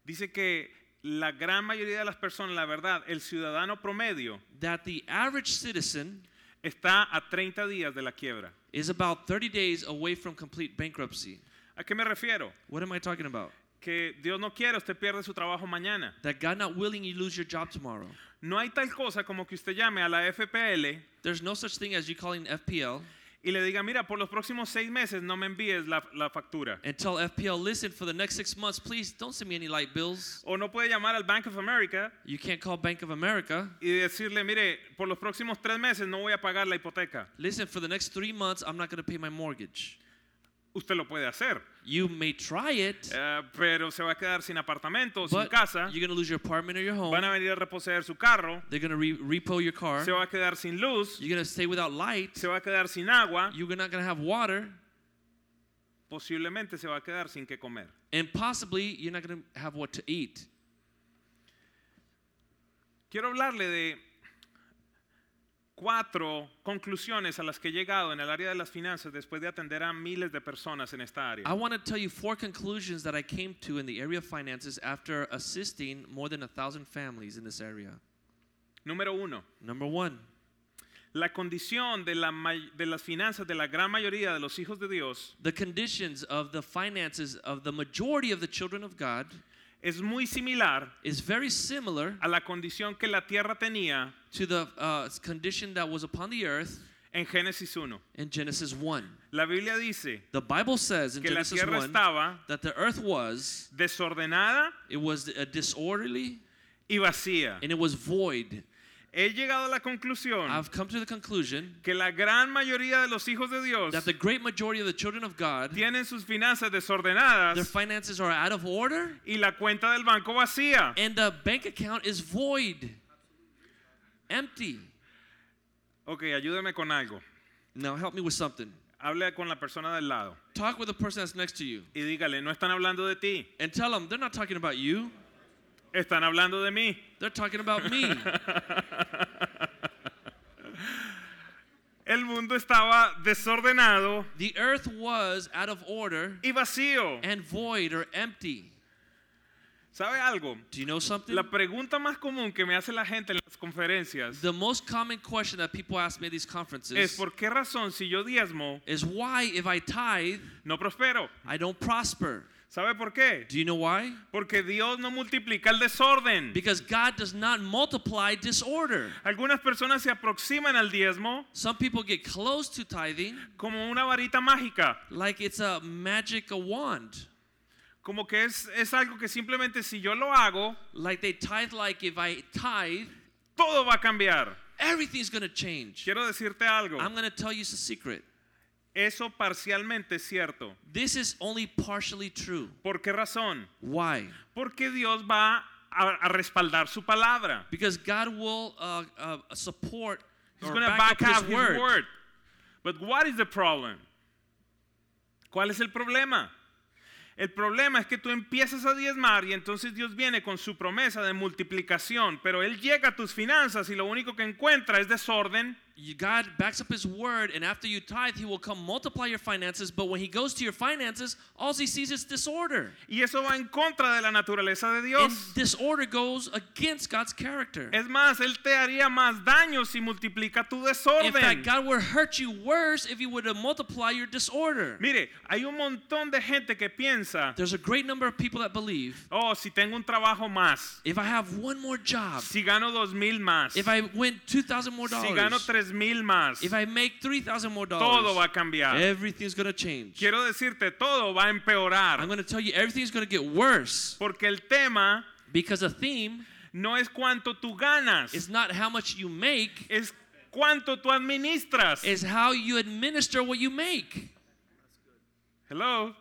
Speaker 3: Dice que la gran mayoría de las personas, la verdad, el ciudadano promedio
Speaker 4: That the average citizen
Speaker 3: está a 30 días de la quiebra.
Speaker 4: is about 30 days away from complete bankruptcy.
Speaker 3: ¿A qué me refiero?
Speaker 4: What am I talking about?
Speaker 3: Que Dios no quiera, usted pierde su trabajo mañana.
Speaker 4: That God not willing, you lose your job tomorrow.
Speaker 3: No hay tal cosa como que usted llame a la FPL
Speaker 4: There's no such thing as you calling FPL
Speaker 3: y le diga, mira, por los próximos seis meses no me envíes la, la factura.
Speaker 4: and tell FPL, listen, for the next six months, please don't send me any light bills.
Speaker 3: O no puede llamar al Bank of America
Speaker 4: You can't call Bank of America.
Speaker 3: y decirle, mire, por los próximos tres meses no voy a pagar la hipoteca.
Speaker 4: Listen, for the next three months, I'm not going to pay my mortgage.
Speaker 3: Usted lo puede hacer,
Speaker 4: You may try it,
Speaker 3: eh, pero se va a quedar sin apartamento, sin
Speaker 4: but
Speaker 3: casa,
Speaker 4: you're going to lose your apartment or your home.
Speaker 3: van a venir a reposeer su carro,
Speaker 4: They're going to re- repo your car.
Speaker 3: se va a quedar sin luz,
Speaker 4: You're going to stay without light.
Speaker 3: se va a quedar sin agua,
Speaker 4: You're not going to have water.
Speaker 3: posiblemente se va a quedar sin qué comer.
Speaker 4: And possibly, you're not going to have what to eat.
Speaker 3: Quiero hablarle de cuatro conclusiones a las que he llegado en el área de las finanzas después de atender a miles de personas en esta área.
Speaker 4: I want to tell you four conclusions that I came to in the area of finances after assisting more than a thousand families in this area.
Speaker 3: Número uno,
Speaker 4: Number one,
Speaker 3: la condición de, la may- de las finanzas de la gran mayoría de los hijos de Dios
Speaker 4: the conditions of the finances of the majority of the children of God
Speaker 3: es muy similar
Speaker 4: is very similar
Speaker 3: a la condición que la tierra tenía
Speaker 4: to the uh, condition that was upon the earth
Speaker 3: en Génesis 1.
Speaker 4: in Genesis 1.
Speaker 3: La Biblia dice
Speaker 4: The Bible says in
Speaker 3: que la
Speaker 4: Genesis
Speaker 3: tierra
Speaker 4: 1
Speaker 3: estaba
Speaker 4: that the earth was,
Speaker 3: desordenada
Speaker 4: it was uh, disorderly
Speaker 3: y vacía.
Speaker 4: and it was void.
Speaker 3: He llegado a la conclusión
Speaker 4: I've come to the conclusion
Speaker 3: que la gran mayoría de los hijos de Dios
Speaker 4: that the great majority of the children of God
Speaker 3: tienen sus finanzas
Speaker 4: their
Speaker 3: desordenadas
Speaker 4: finances are out of order
Speaker 3: y la cuenta del banco vacía.
Speaker 4: and the bank account is void empty
Speaker 3: Ok, ayúdeme con algo.
Speaker 4: now help me with something
Speaker 3: Hable con la persona del lado
Speaker 4: talk with the person that's next to you
Speaker 3: y dígale, no están hablando de ti,
Speaker 4: and tell them they're not talking about you
Speaker 3: están hablando de mí.
Speaker 4: they're talking about me
Speaker 3: El mundo estaba desordenado
Speaker 4: the earth was out of order
Speaker 3: y vacío.
Speaker 4: and void or empty
Speaker 3: ¿Sabe algo?
Speaker 4: Do you know something?
Speaker 3: La pregunta más común que me hace la gente en las conferencias
Speaker 4: The most common question that people ask me at these conferences
Speaker 3: es por qué razón si yo diezmo
Speaker 4: is why, if I tithe,
Speaker 3: no prospero.
Speaker 4: I don't prosper.
Speaker 3: ¿Sabe por qué?
Speaker 4: Do you know why?
Speaker 3: Porque Dios no multiplica el desorden.
Speaker 4: Because God does not multiply disorder.
Speaker 3: Algunas personas se aproximan al diezmo
Speaker 4: Some people get close to tithing
Speaker 3: como una varita mágica,
Speaker 4: like it's a magic wand.
Speaker 3: como que es, es algo que simplemente si yo lo hago,
Speaker 4: Like they tithe, like if I tithe,
Speaker 3: todo va a cambiar.
Speaker 4: everything's going to change.
Speaker 3: Quiero decirte algo,
Speaker 4: I'm going to tell you a secret.
Speaker 3: eso parcialmente es cierto.
Speaker 4: This is only partially true.
Speaker 3: ¿Por qué razón?
Speaker 4: Why?
Speaker 3: Porque Dios va a, a respaldar su palabra.
Speaker 4: Because God will uh, uh, support
Speaker 3: He's
Speaker 4: or
Speaker 3: going to
Speaker 4: back,
Speaker 3: back
Speaker 4: up
Speaker 3: out
Speaker 4: His
Speaker 3: his
Speaker 4: word.
Speaker 3: word. But what is the problem? ¿Cuál es el problema? El problema es que tú empiezas a diezmar y entonces Dios viene con su promesa de multiplicación, pero Él llega a tus finanzas y lo único que encuentra es desorden.
Speaker 4: You- God backs up His word, and after you tithe, He will come multiply your finances. But when He goes to your finances, all He sees is disorder.
Speaker 3: Y eso va en contra de la naturaleza de
Speaker 4: And
Speaker 3: Dios.
Speaker 4: disorder goes against God's character.
Speaker 3: Es más, Él te haría más daño si multiplica tu
Speaker 4: In fact,
Speaker 3: desorden.
Speaker 4: God would hurt you worse if He would uh, multiply your disorder.
Speaker 3: Mire, hay un montón de gente que piensa,
Speaker 4: There's a great number of people that believe
Speaker 3: oh, si tengo un trabajo más,
Speaker 4: if I have one more job,
Speaker 3: si gano dos mil más,
Speaker 4: if I win two thousand more
Speaker 3: Si gano
Speaker 4: dollars,
Speaker 3: tres mil más,
Speaker 4: if I make three thousand more
Speaker 3: todo va a
Speaker 4: dollars,
Speaker 3: cambiar.
Speaker 4: everything's gonna change.
Speaker 3: Quiero decirte, todo va a
Speaker 4: I'm
Speaker 3: empeorar.
Speaker 4: gonna tell you everything's gonna get worse
Speaker 3: Porque el tema
Speaker 4: because the theme
Speaker 3: no es cuánto tú ganas,
Speaker 4: is not how much you make,
Speaker 3: es cuánto tú administras.
Speaker 4: is how you administer what you make.
Speaker 3: Hello.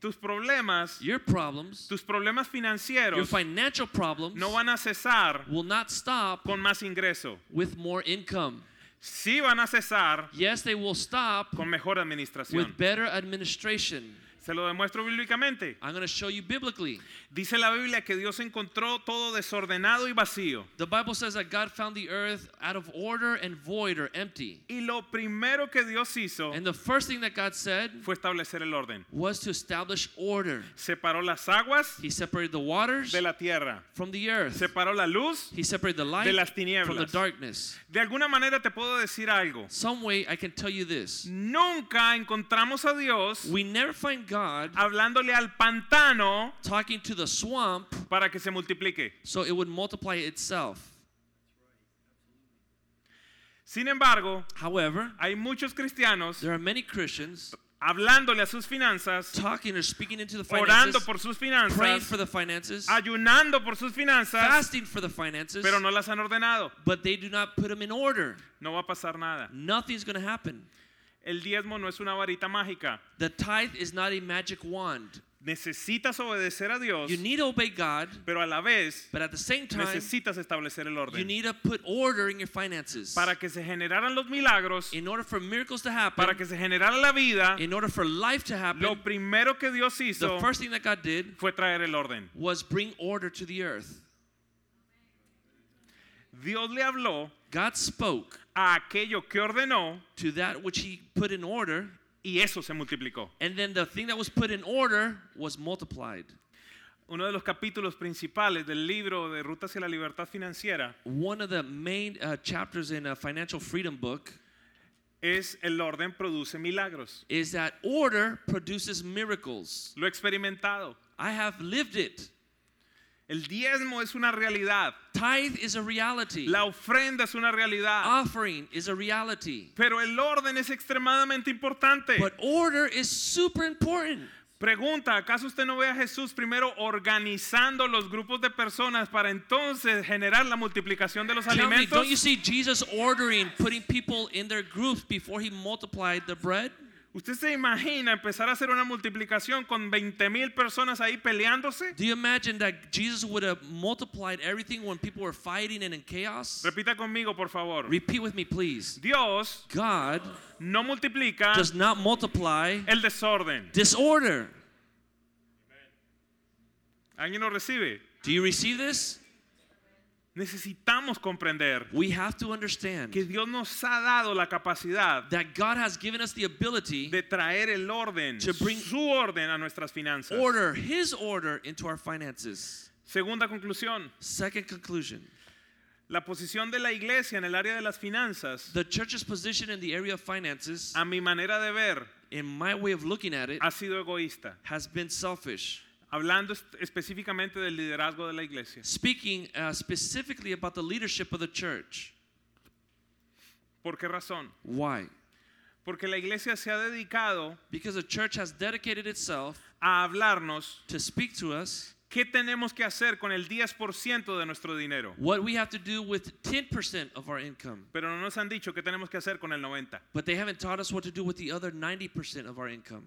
Speaker 3: Tus problemas,
Speaker 4: Your problems,
Speaker 3: tus problemas
Speaker 4: your
Speaker 3: financieros
Speaker 4: financial problems,
Speaker 3: no van a cesar
Speaker 4: will not stop
Speaker 3: con más ingreso.
Speaker 4: with more income.
Speaker 3: Sí van a cesar
Speaker 4: Yes, they will stop
Speaker 3: con mejor
Speaker 4: with
Speaker 3: administración.
Speaker 4: better administration.
Speaker 3: Se lo demuestro bíblicamente.
Speaker 4: I'm going to show you biblically.
Speaker 3: Dice la Biblia que Dios encontró todo desordenado y vacío.
Speaker 4: The Bible says that God found the earth out of order and void or empty.
Speaker 3: Y lo primero que Dios hizo
Speaker 4: And the first thing that God said
Speaker 3: fue establecer el orden.
Speaker 4: was to establish order.
Speaker 3: Separó las aguas
Speaker 4: He separated the waters
Speaker 3: de la tierra.
Speaker 4: from the earth.
Speaker 3: Separó la luz.
Speaker 4: He separated the light
Speaker 3: de las
Speaker 4: from the
Speaker 3: tinieblas.
Speaker 4: darkness.
Speaker 3: De alguna manera te puedo decir algo.
Speaker 4: Some way I can tell you this.
Speaker 3: Nunca encontramos a Dios
Speaker 4: We never find God
Speaker 3: Ah. hablándole al pantano
Speaker 4: talking to the swamp
Speaker 3: para que se multiplique.
Speaker 4: so it would multiply itself.
Speaker 3: Sin embargo,
Speaker 4: However,
Speaker 3: hay muchos cristianos
Speaker 4: there are many Christians
Speaker 3: hablándole a sus finanzas,
Speaker 4: talking or speaking into the
Speaker 3: orando
Speaker 4: finances,
Speaker 3: por sus
Speaker 4: praying for
Speaker 3: finanzas, Ah,
Speaker 4: the finances,
Speaker 3: ayunando por sus finanzas,
Speaker 4: fasting for the finances,
Speaker 3: pero no las han ordenado.
Speaker 4: but they do not put them in order.
Speaker 3: No va a pasar nada.
Speaker 4: Nothing's going to happen.
Speaker 3: El diezmo no es una varita mágica.
Speaker 4: The tithe is not a magic wand.
Speaker 3: Necesitas obedecer a Dios,
Speaker 4: You need to obey God,
Speaker 3: pero a la vez
Speaker 4: but at the same time,
Speaker 3: necesitas establecer el
Speaker 4: you
Speaker 3: orden
Speaker 4: need to put order in your finances.
Speaker 3: para que se generaran los milagros
Speaker 4: In order for miracles to
Speaker 3: para
Speaker 4: happen,
Speaker 3: que se generara la vida
Speaker 4: in order for life to happen,
Speaker 3: lo primero que Dios
Speaker 4: the
Speaker 3: hizo
Speaker 4: first thing that God did
Speaker 3: fue traer el orden
Speaker 4: was bring order to the earth.
Speaker 3: Dios le habló
Speaker 4: God spoke
Speaker 3: a aquello que ordenó
Speaker 4: to that which He put in order,
Speaker 3: y eso se multiplicó
Speaker 4: and then the thing that was put in order was multiplied.
Speaker 3: uno de los capítulos principales del libro de Ruta hacia la Libertad Financiera
Speaker 4: One of the main uh, chapters in a financial freedom book
Speaker 3: es el orden produce milagros
Speaker 4: is that order produces miracles.
Speaker 3: lo he experimentado
Speaker 4: I have lived it.
Speaker 3: el diezmo es una realidad
Speaker 4: Tithe is a reality.
Speaker 3: la ofrenda es una realidad
Speaker 4: Offering is a reality.
Speaker 3: pero el orden es extremadamente importante
Speaker 4: But order is super important.
Speaker 3: Pregunta, ¿acaso usted no ve a Jesús primero organizando los grupos de personas para entonces generar la multiplicación de los
Speaker 4: Tell me, don't you
Speaker 3: alimentos?
Speaker 4: see Jesus ordering, putting people in their groups before he multiplied the bread?
Speaker 3: ¿Usted se imagina empezar a hacer una multiplicación con 20 mil personas ahí peleándose?
Speaker 4: Do you imagine that Jesus would have multiplied everything when people were fighting and in chaos?
Speaker 3: Repita conmigo, por favor.
Speaker 4: Repeat with me, please.
Speaker 3: Dios
Speaker 4: God
Speaker 3: no multiplica
Speaker 4: does not multiply
Speaker 3: el desorden.
Speaker 4: disorder.
Speaker 3: ¿Alguien lo recibe?
Speaker 4: Do you receive this?
Speaker 3: Necesitamos comprender
Speaker 4: We have to understand
Speaker 3: que Dios nos ha dado la capacidad
Speaker 4: that God has given us the ability,
Speaker 3: de traer el orden,
Speaker 4: To bring-
Speaker 3: su orden a nuestras finanzas.
Speaker 4: order, His order into our finances.
Speaker 3: Segunda conclusión,
Speaker 4: Second conclusion
Speaker 3: la posición de la iglesia en el área de las finanzas,
Speaker 4: the church's position in the area of finances,
Speaker 3: a mi manera de ver,
Speaker 4: in my way of looking at it,
Speaker 3: ha sido egoísta.
Speaker 4: has been selfish.
Speaker 3: Hablando est- específicamente del liderazgo de la iglesia.
Speaker 4: Speaking uh, specifically about the leadership of the church.
Speaker 3: ¿Por qué razón?
Speaker 4: Why?
Speaker 3: Porque la iglesia se ha dedicado
Speaker 4: Because the church has dedicated itself
Speaker 3: a hablarnos
Speaker 4: to speak to us
Speaker 3: qué tenemos que hacer con el 10% de nuestro dinero,
Speaker 4: what we have to do with 10% of our income.
Speaker 3: pero no nos han dicho qué tenemos que hacer con el 90.
Speaker 4: But they haven't taught us what to do with the other 90% of our income.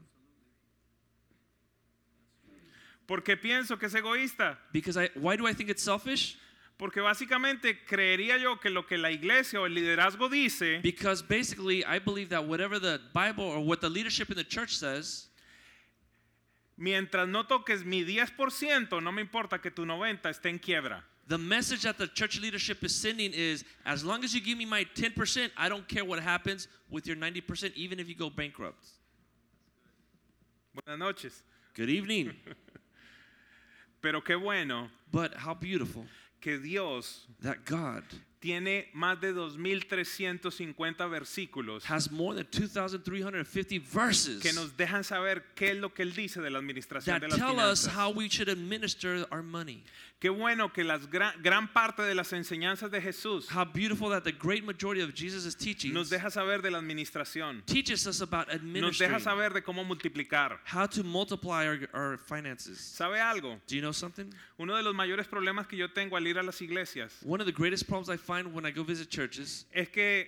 Speaker 3: Porque pienso que es egoísta,
Speaker 4: Because I, why do I think it's selfish?
Speaker 3: porque básicamente creería yo que lo que la iglesia o el liderazgo dice
Speaker 4: Because basically, I believe that whatever the Bible or what the leadership in the church says,
Speaker 3: Mientras no toques mi 10%, no me importa que tu 90 esté en quiebra.
Speaker 4: the message that the church leadership is sending is as long as you give me my 10%, I don't care what happens with your 90%, even if you go bankrupt.
Speaker 3: Buenas noches.
Speaker 4: Good evening.
Speaker 3: Pero qué bueno
Speaker 4: but how beautiful
Speaker 3: que Dios
Speaker 4: that God
Speaker 3: tiene más de 2.350 versículos
Speaker 4: has more than 2,350 verses.
Speaker 3: que nos dejan saber qué es lo que Él dice de la administración
Speaker 4: that
Speaker 3: de las
Speaker 4: tell
Speaker 3: finanzas.
Speaker 4: us how we should administer our money.
Speaker 3: Qué bueno que las gran, gran parte de las enseñanzas de Jesús
Speaker 4: How beautiful that the great majority of Jesus' teachings
Speaker 3: nos deja saber de la administración.
Speaker 4: teaches us about
Speaker 3: Nos deja
Speaker 4: administering,
Speaker 3: saber de cómo multiplicar.
Speaker 4: how to multiply our, our finances.
Speaker 3: ¿Sabe algo?
Speaker 4: Do you know something?
Speaker 3: Uno de los mayores problemas que yo tengo al ir a las iglesias
Speaker 4: One of the greatest problems I find when I go visit churches
Speaker 3: es que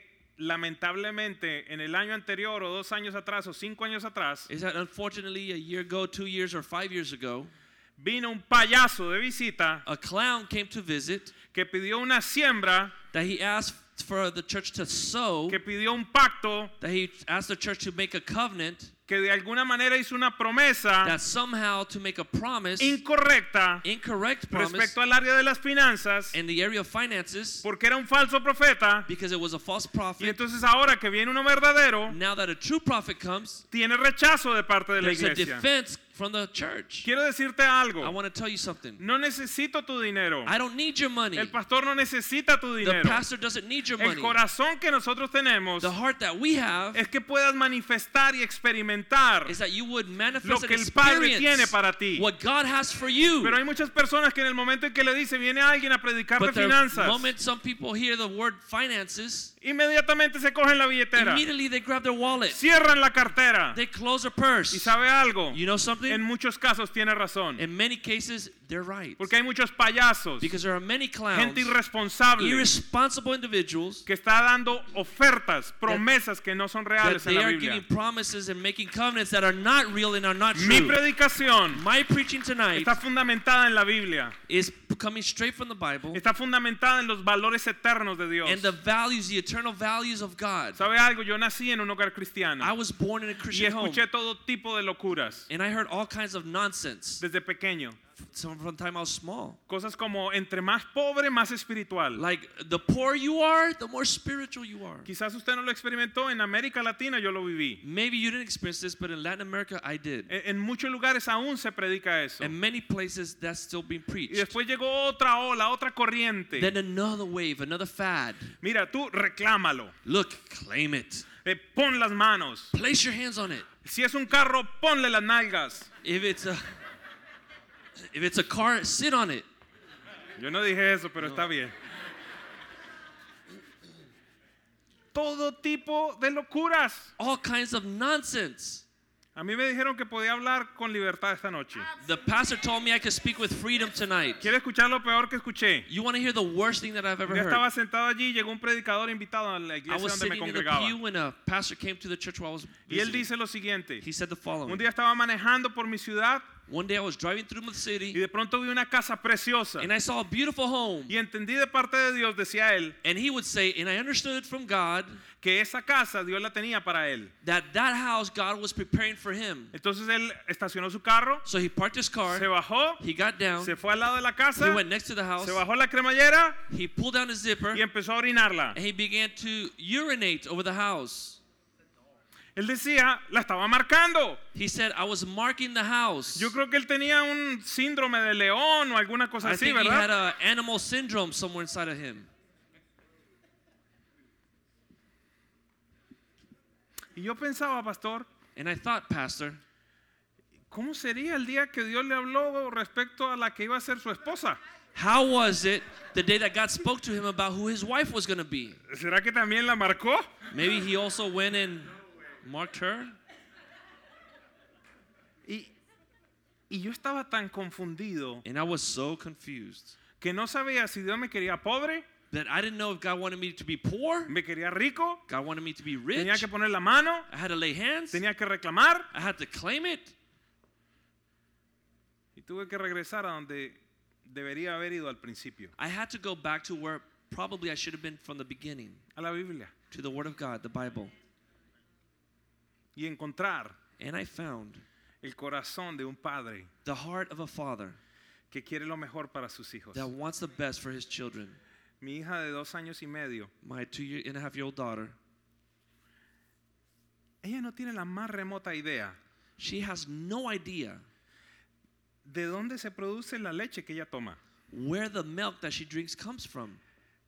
Speaker 3: lamentablemente en el año anterior o dos años atrás o cinco años atrás
Speaker 4: is that unfortunately a year ago, two years, or five years ago,
Speaker 3: vino un payaso de visita
Speaker 4: a clown came to visit
Speaker 3: que pidió una siembra,
Speaker 4: that he asked for the church to sow,
Speaker 3: que pidió un pacto,
Speaker 4: that he asked the church to make a covenant,
Speaker 3: que de alguna manera hizo una promesa
Speaker 4: that somehow to make a promise,
Speaker 3: incorrecta
Speaker 4: incorrect promise,
Speaker 3: respecto al área de las finanzas
Speaker 4: in the area of finances
Speaker 3: porque era un falso profeta
Speaker 4: because it was a false
Speaker 3: y
Speaker 4: prophet.
Speaker 3: entonces ahora que viene uno verdadero
Speaker 4: Now that a true prophet comes,
Speaker 3: tiene rechazo de parte de la
Speaker 4: there's a
Speaker 3: iglesia.
Speaker 4: defense from the church.
Speaker 3: Quiero decirte
Speaker 4: I
Speaker 3: algo,
Speaker 4: want to tell you something.
Speaker 3: no necesito tu dinero,
Speaker 4: I don't need your money.
Speaker 3: el pastor no necesita tu
Speaker 4: The
Speaker 3: dinero.
Speaker 4: pastor doesn't need your
Speaker 3: El
Speaker 4: money.
Speaker 3: corazón que nosotros tenemos
Speaker 4: The heart that we have
Speaker 3: es que puedas manifestar y experimentar.
Speaker 4: is that you would
Speaker 3: Lo
Speaker 4: manifest and
Speaker 3: que el Padre tiene
Speaker 4: experience
Speaker 3: para ti.
Speaker 4: what God has for you.
Speaker 3: Pero hay muchas personas que en el momento en que le dice, viene alguien a predicar de
Speaker 4: but the
Speaker 3: finanzas,
Speaker 4: moment some people hear the word finances,
Speaker 3: inmediatamente se cogen la billetera,
Speaker 4: immediately they grab their wallet,
Speaker 3: cierran la cartera
Speaker 4: they close their
Speaker 3: y
Speaker 4: purse.
Speaker 3: sabe algo.
Speaker 4: You know something?
Speaker 3: En muchos casos tiene razón.
Speaker 4: In many cases, they're right.
Speaker 3: Porque hay muchos payasos,
Speaker 4: Because there are many clowns,
Speaker 3: gente irresponsable
Speaker 4: irresponsible individuals
Speaker 3: que está dando ofertas, promesas que no son
Speaker 4: that
Speaker 3: reales en
Speaker 4: they
Speaker 3: la
Speaker 4: are giving
Speaker 3: Biblia.
Speaker 4: promises and making covenants that are not real and are not
Speaker 3: Mi
Speaker 4: true.
Speaker 3: predicación
Speaker 4: My preaching tonight
Speaker 3: está fundamentada en la Biblia.
Speaker 4: is coming straight from the Bible
Speaker 3: Está fundamentada en los valores eternos de Dios.
Speaker 4: Oh. and the values, the eternal values of God.
Speaker 3: ¿Sabe algo? Yo nací en un hogar
Speaker 4: I
Speaker 3: cristiano
Speaker 4: was born in a
Speaker 3: y
Speaker 4: Christian home
Speaker 3: escuché todo tipo de locuras
Speaker 4: and I heard all kinds of nonsense
Speaker 3: desde pequeño.
Speaker 4: from, from the time I was small.
Speaker 3: Cosas como entre más pobre, más espiritual.
Speaker 4: Like the poor you are, the more spiritual you are.
Speaker 3: Quizás usted no lo experimentó en América Latina, yo lo viví. E,
Speaker 4: Maybe you didn't experience this, but in Latin America I did.
Speaker 3: En, en muchos lugares aún se predica eso.
Speaker 4: And many places that's still being
Speaker 3: Y
Speaker 4: preached.
Speaker 3: después llegó otra ola, otra
Speaker 4: Then
Speaker 3: corriente.
Speaker 4: another wave, another fad.
Speaker 3: Mira, tú reclámalo.
Speaker 4: Look, claim it.
Speaker 3: Eh, pon las manos.
Speaker 4: Place your hands on it.
Speaker 3: Si es un carro, ponle las nalgas.
Speaker 4: If it's a if it's a car, sit on it.
Speaker 3: Yo no dije eso, pero está bien. Todo tipo de locuras.
Speaker 4: All kinds of nonsense.
Speaker 3: A mí me dijeron que podía hablar con libertad esta noche.
Speaker 4: The pastor told me I could speak with freedom tonight.
Speaker 3: ¿Quiere escuchar lo peor que escuché?
Speaker 4: You want to hear the worst thing that I've ever
Speaker 3: Yo estaba
Speaker 4: heard?
Speaker 3: sentado allí y llegó un predicador invitado a la
Speaker 4: I
Speaker 3: iglesia
Speaker 4: was
Speaker 3: donde me
Speaker 4: sitting in the
Speaker 3: congregaba.
Speaker 4: pew when a pastor came to the church while I was
Speaker 3: Y él
Speaker 4: visiting.
Speaker 3: dice lo siguiente.
Speaker 4: He said the
Speaker 3: Un
Speaker 4: following.
Speaker 3: día estaba manejando por mi ciudad
Speaker 4: One day I was driving through the
Speaker 3: y
Speaker 4: city
Speaker 3: de pronto vi una casa preciosa.
Speaker 4: and I saw a beautiful home.
Speaker 3: Y entendí de parte de Dios, decía él,
Speaker 4: And he would say, and I understood from God
Speaker 3: que esa casa Dios la tenía para él.
Speaker 4: that that house God was preparing for him.
Speaker 3: Entonces él estacionó su carro,
Speaker 4: So he parked his car,
Speaker 3: se bajó,
Speaker 4: he got down,
Speaker 3: se fue al lado de la
Speaker 4: he
Speaker 3: casa,
Speaker 4: went next to the house,
Speaker 3: se bajó la cremallera
Speaker 4: he pulled down his zipper,
Speaker 3: y empezó a orinarla.
Speaker 4: and he began to urinate over the house.
Speaker 3: Él decía, la estaba marcando.
Speaker 4: He said, I was marking the house.
Speaker 3: Yo creo que él tenía un síndrome de león o alguna cosa
Speaker 4: I
Speaker 3: así,
Speaker 4: think he had
Speaker 3: ¿verdad?
Speaker 4: an animal syndrome somewhere inside of him.
Speaker 3: Y yo pensaba, pastor,
Speaker 4: And I thought, Pastor,
Speaker 3: ¿cómo sería el día que Dios le habló respecto a la que iba a ser su esposa?
Speaker 4: how was it the day that God spoke to him about who his wife was going to be?
Speaker 3: ¿Será que también la marcó?
Speaker 4: Maybe he also went and marked her?
Speaker 3: Y, y yo estaba tan confundido
Speaker 4: And I was so confused
Speaker 3: que no sabía si Dios me quería pobre,
Speaker 4: that I didn't know if God wanted me to be poor,
Speaker 3: me quería rico,
Speaker 4: God wanted me to be
Speaker 3: tenía
Speaker 4: rich.
Speaker 3: que poner la mano,
Speaker 4: I had to lay hands,
Speaker 3: tenía que reclamar
Speaker 4: I had to claim it.
Speaker 3: y tuve que regresar a donde debería haber ido al principio,
Speaker 4: I had to go back to where probably I should have been from the beginning
Speaker 3: a la Biblia,
Speaker 4: to the Word of God, the Bible.
Speaker 3: y encontrar
Speaker 4: And I found
Speaker 3: el corazón de un padre
Speaker 4: the heart of a father
Speaker 3: que quiere lo mejor para sus hijos.
Speaker 4: that wants the best for his children.
Speaker 3: Mi hija de dos años y medio,
Speaker 4: My two year and a half year old daughter,
Speaker 3: ella no tiene la más remota idea
Speaker 4: she has no idea
Speaker 3: de dónde se produce la leche que ella toma.
Speaker 4: where the milk that she drinks comes from.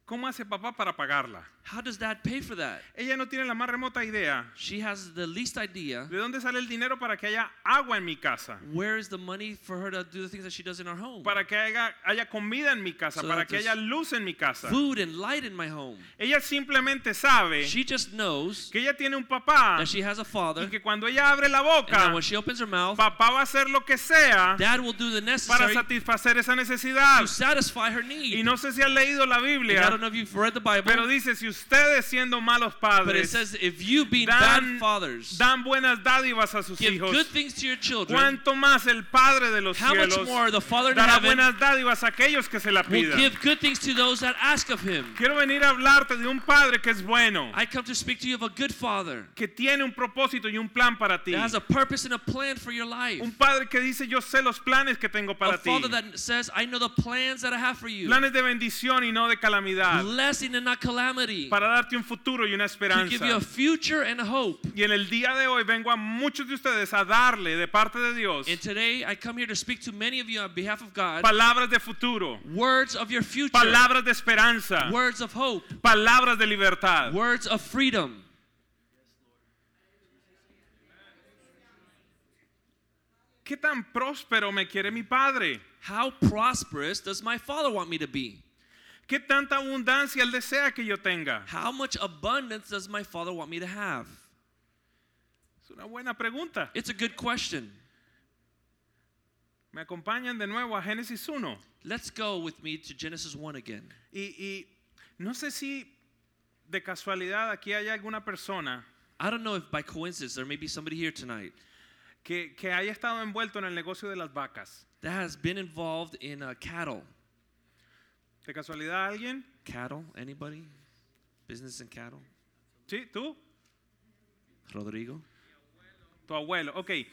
Speaker 3: ¿Cómo hace papá para pagarla?
Speaker 4: How does that pay for that?
Speaker 3: Ella no tiene la más remota idea
Speaker 4: She has the least idea
Speaker 3: de dónde sale el dinero para que haya agua en mi casa,
Speaker 4: where is the money for her to do the things that she does in our home.
Speaker 3: para que haya, haya comida en mi casa,
Speaker 4: So
Speaker 3: para
Speaker 4: that
Speaker 3: que haya
Speaker 4: there's
Speaker 3: luz en mi casa.
Speaker 4: Food and light in my home.
Speaker 3: Ella simplemente sabe
Speaker 4: She just knows
Speaker 3: que ella tiene un papá
Speaker 4: that she has a father,
Speaker 3: y
Speaker 4: and
Speaker 3: que cuando ella abre la
Speaker 4: that
Speaker 3: boca,
Speaker 4: when she opens her mouth,
Speaker 3: papá va a hacer lo que sea
Speaker 4: dad will do the
Speaker 3: para
Speaker 4: necessary
Speaker 3: satisfacer esa necesidad.
Speaker 4: to satisfy her
Speaker 3: Y
Speaker 4: need.
Speaker 3: no sé si has leído la
Speaker 4: And I
Speaker 3: Biblia,
Speaker 4: don't know if you've read the Bible,
Speaker 3: pero dice, si ustedes siendo malos
Speaker 4: but it
Speaker 3: padres
Speaker 4: says if you being
Speaker 3: dan,
Speaker 4: bad fathers
Speaker 3: dan buenas dádivas a sus
Speaker 4: give good
Speaker 3: hijos,
Speaker 4: things to your children,
Speaker 3: ¿cuánto más el Padre de los
Speaker 4: how much
Speaker 3: cielos
Speaker 4: more the Father in
Speaker 3: dará
Speaker 4: heaven
Speaker 3: buenas dádivas a aquellos que se la
Speaker 4: will
Speaker 3: pidan?
Speaker 4: give good things to those that ask of him.
Speaker 3: Quiero venir a hablarte de un Padre que es bueno,
Speaker 4: I come to speak to you of a good father
Speaker 3: que tiene un propósito y un plan para ti.
Speaker 4: that has a purpose and a plan for your life.
Speaker 3: Un Padre que dice, yo sé los planes que tengo
Speaker 4: A
Speaker 3: para ti.
Speaker 4: father that says, I know the plans that I have for you.
Speaker 3: Planes de bendición y no de calamidad,
Speaker 4: Blessing and not calamity.
Speaker 3: para darte un futuro y una
Speaker 4: To give you a
Speaker 3: esperanza.
Speaker 4: future and a hope.
Speaker 3: Y en el día de hoy vengo a muchos de ustedes a darle de parte de Dios
Speaker 4: And today I come here to speak to many of you on behalf of God.
Speaker 3: palabras de futuro,
Speaker 4: Words of your future.
Speaker 3: palabras de esperanza,
Speaker 4: Words of hope.
Speaker 3: palabras de libertad.
Speaker 4: Words of freedom.
Speaker 3: ¿Qué tan próspero me quiere mi Padre?
Speaker 4: How prosperous does my father want me to be?
Speaker 3: ¿Qué tanta abundancia Él desea que yo tenga?
Speaker 4: How much abundance does my father want me to have?
Speaker 3: Es una buena pregunta.
Speaker 4: It's a good question.
Speaker 3: Me acompañan de nuevo a Génesis 1.
Speaker 4: Let's go with me to Genesis 1 again.
Speaker 3: Y, y no sé si de casualidad aquí hay alguna persona
Speaker 4: I don't know if by coincidence there may be somebody here tonight
Speaker 3: que, que haya estado envuelto en el negocio de las vacas.
Speaker 4: that has been involved in uh, cattle.
Speaker 3: ¿De casualidad alguien?
Speaker 4: Cattle? Anybody? Business and cattle?
Speaker 3: ¿Sí? ¿Tú?
Speaker 4: Rodrigo?
Speaker 3: Tu abuelo. Ok.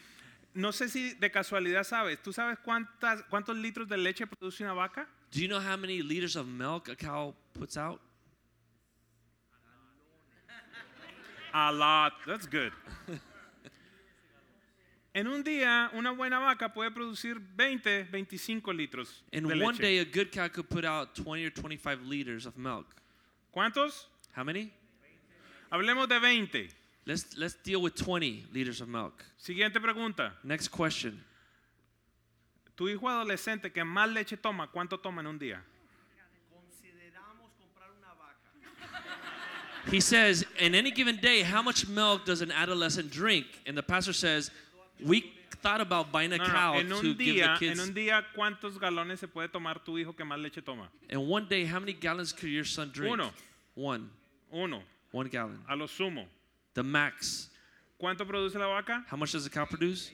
Speaker 3: No sé si de casualidad sabes. ¿Tú sabes cuántas, cuántos litros de leche produce una vaca?
Speaker 4: Do you know how many liters of milk a cow puts out?
Speaker 3: A lot. That's good. En un día, una buena vaca puede producir 20, 25 litros
Speaker 4: In
Speaker 3: de
Speaker 4: one
Speaker 3: leche.
Speaker 4: day, a good cow could put out 20 or 25 liters of milk.
Speaker 3: ¿Cuántos?
Speaker 4: How many?
Speaker 3: Hablemos de 20.
Speaker 4: Let's, let's deal with 20 liters of milk.
Speaker 3: Siguiente pregunta.
Speaker 4: Next question.
Speaker 3: Tu hijo adolescente que más leche toma, ¿cuánto toma en un día?
Speaker 4: He says, in any given day, how much milk does an adolescent drink? And the pastor says, we thought about buying a
Speaker 3: No, no,
Speaker 4: cow
Speaker 3: en
Speaker 4: to
Speaker 3: un
Speaker 4: give the
Speaker 3: día, en
Speaker 4: kids.
Speaker 3: un día, ¿cuántos galones se puede tomar tu hijo que más leche toma?
Speaker 4: And one day, how many gallons could your son drink?
Speaker 3: Uno.
Speaker 4: One.
Speaker 3: Uno,
Speaker 4: One gallon.
Speaker 3: a lo sumo.
Speaker 4: The max.
Speaker 3: ¿Cuánto produce la vaca?
Speaker 4: How much does a cow produce?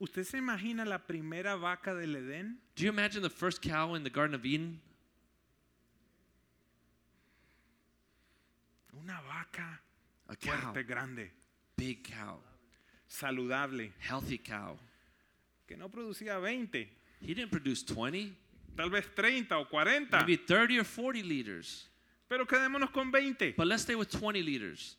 Speaker 3: ¿Usted se imagina la primera vaca del Edén?
Speaker 4: Do you imagine the first cow in the Garden of Eden?
Speaker 3: Una vaca
Speaker 4: A cow.
Speaker 3: fuerte, grande,
Speaker 4: Big cow.
Speaker 3: saludable,
Speaker 4: Healthy cow.
Speaker 3: que no producía 20,
Speaker 4: He didn't produce 20,
Speaker 3: tal vez 30 o 40,
Speaker 4: maybe 30 or 40 liters.
Speaker 3: pero quedémonos con 20.
Speaker 4: But let's stay with 20 liters.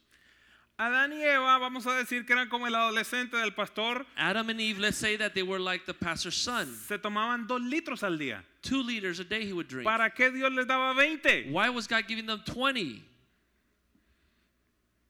Speaker 3: Adán y Eva, vamos a decir que eran como el adolescente del pastor,
Speaker 4: Adam and Eve, let's say that they were like the pastor's son.
Speaker 3: se tomaban dos litros al día.
Speaker 4: Two liters a day he would drink.
Speaker 3: ¿Para qué Dios les daba 20?
Speaker 4: Why was God giving them 20?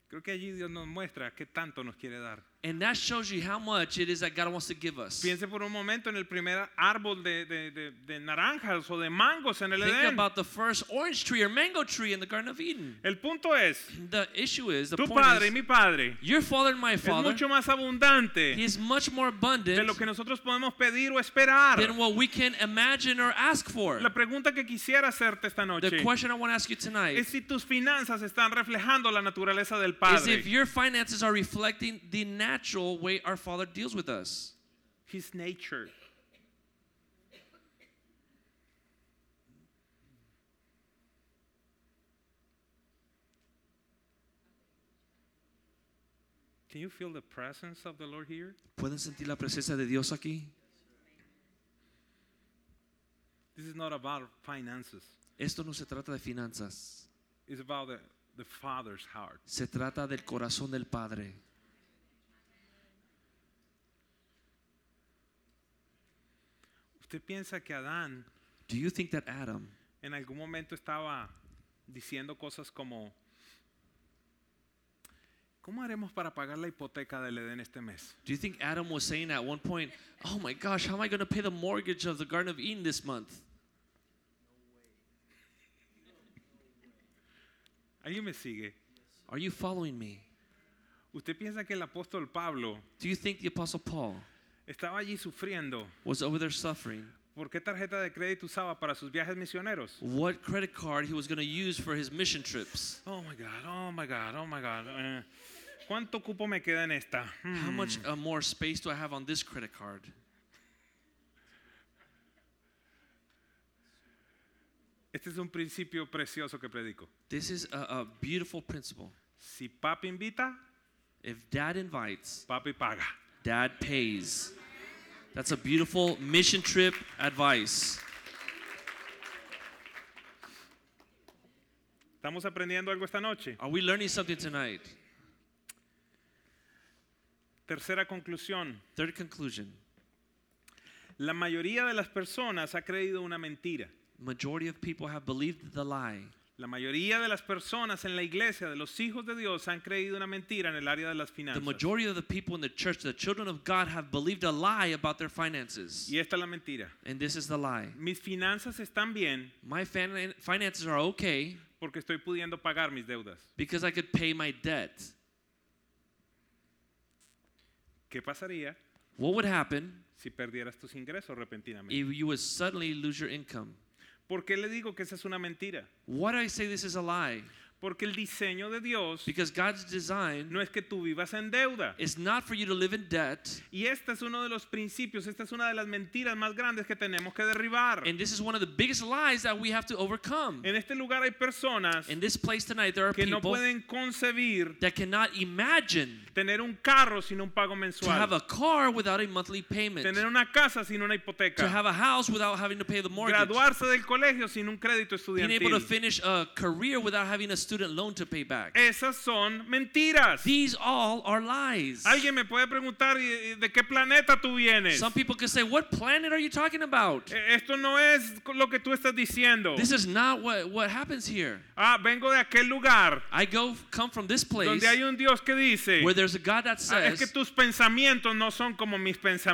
Speaker 3: Creo que allí Dios nos muestra qué tanto nos quiere dar.
Speaker 4: And that shows you how much it is that God wants to give us. Think
Speaker 3: Piense por un momento en el primer árbol de, de- de- de naranjas o de mangos en el Edén.
Speaker 4: about the first orange tree or mango tree in the Garden of Eden.
Speaker 3: El punto es,
Speaker 4: The issue is, the
Speaker 3: tu
Speaker 4: point
Speaker 3: padre y
Speaker 4: is,
Speaker 3: mi padre
Speaker 4: your father and my
Speaker 3: es
Speaker 4: father,
Speaker 3: mucho más abundante
Speaker 4: he is much more
Speaker 3: de lo
Speaker 4: abundant
Speaker 3: que nosotros podemos pedir o esperar.
Speaker 4: than what we can imagine or ask for.
Speaker 3: La pregunta que quisiera hacerte esta noche
Speaker 4: The question I want to ask you tonight
Speaker 3: es si tus finanzas están reflejando la naturaleza del
Speaker 4: is if
Speaker 3: Padre.
Speaker 4: your finances are reflecting the natural way our Father deals with us.
Speaker 3: His nature. Can you feel the presence of the Lord here?
Speaker 4: ¿Pueden sentir la presencia de Dios aquí?
Speaker 3: This is not about finances.
Speaker 4: Esto no se trata de finanzas,
Speaker 3: It's about the, the Father's heart.
Speaker 4: se trata del corazón del Padre.
Speaker 3: ¿Usted piensa que Adán
Speaker 4: Do you think that Adam
Speaker 3: en algún momento estaba diciendo cosas como, ¿cómo haremos para pagar la hipoteca del Edén este mes?
Speaker 4: Do you think Adam was saying at one point, "Oh my gosh, how am I going to pay the mortgage of the Garden of Eden this month?"
Speaker 3: ¿Alguien me sigue?
Speaker 4: Are you following me?
Speaker 3: ¿Usted piensa que el apóstol Pablo
Speaker 4: Do you think the apostle Paul
Speaker 3: estaba allí sufriendo?
Speaker 4: was over there suffering?
Speaker 3: ¿Por qué tarjeta de crédito usaba para sus viajes misioneros?
Speaker 4: What credit card he was going to use for his mission trips?
Speaker 3: Oh my God, oh my God, oh my God. eh, ¿Cuánto cupo me queda en esta? Hmm.
Speaker 4: How much uh, more space do I have on this credit card?
Speaker 3: Este es un principio precioso que predico.
Speaker 4: This is a, a beautiful principle.
Speaker 3: Si papi invita,
Speaker 4: If dad invites,
Speaker 3: papi paga.
Speaker 4: dad pays. That's a beautiful mission trip advice.
Speaker 3: ¿Estamos aprendiendo algo esta noche?
Speaker 4: Are we learning something tonight?
Speaker 3: Tercera conclusión.
Speaker 4: Third conclusion.
Speaker 3: La mayoría de las personas ha creído una mentira.
Speaker 4: Majority of people have believed the lie.
Speaker 3: La mayoría de las personas en la iglesia de los hijos de Dios han creído una mentira en el área de las
Speaker 4: The
Speaker 3: finanzas.
Speaker 4: majority of the people in the church, the children of God, have believed a lie about their finances.
Speaker 3: Y esta es la mentira.
Speaker 4: And this is the lie.
Speaker 3: Mis finanzas están bien
Speaker 4: My fan- finances are okay
Speaker 3: porque estoy pudiendo pagar mis deudas.
Speaker 4: because I could pay my debt.
Speaker 3: ¿Qué pasaría
Speaker 4: What would happen
Speaker 3: si perdieras tus ingresos repentinamente?
Speaker 4: if you would suddenly lose your income?
Speaker 3: ¿Por qué le digo que esa es una mentira?
Speaker 4: Why do I say this is a lie?
Speaker 3: Porque el diseño de Dios
Speaker 4: Because God's design
Speaker 3: no es que tú vivas en deuda.
Speaker 4: is not for you to live in debt.
Speaker 3: Y este es uno de los principios, esta es una de las mentiras más grandes que tenemos que derribar.
Speaker 4: And this is one of the biggest lies that we have to overcome.
Speaker 3: En este lugar hay personas
Speaker 4: In this place tonight, there are
Speaker 3: que no
Speaker 4: people
Speaker 3: pueden concebir
Speaker 4: that cannot imagine
Speaker 3: tener un carro sin un pago
Speaker 4: to have a
Speaker 3: mensual,
Speaker 4: car without a monthly payment.
Speaker 3: tener una casa sin una
Speaker 4: to
Speaker 3: hipoteca,
Speaker 4: have a house without having to pay the mortgage,
Speaker 3: graduarse del colegio sin un crédito
Speaker 4: being able to
Speaker 3: estudiantil.
Speaker 4: finish a career without having a student loan to pay back.
Speaker 3: Esas son mentiras.
Speaker 4: These all are lies.
Speaker 3: Alguien me puede preguntar "¿Y- y de qué planeta tú vienes.
Speaker 4: Some people can say, What planet are you talking about?
Speaker 3: Eh, Esto no es co- lo que tú estás diciendo.
Speaker 4: This is not what, what happens here.
Speaker 3: Ah, vengo de aquel lugar
Speaker 4: I go come from this place
Speaker 3: donde hay un Dios que dice,
Speaker 4: where there's a God that
Speaker 3: "Ah, es que
Speaker 4: says,
Speaker 3: tus pensamientos no son como mis
Speaker 4: Your thoughts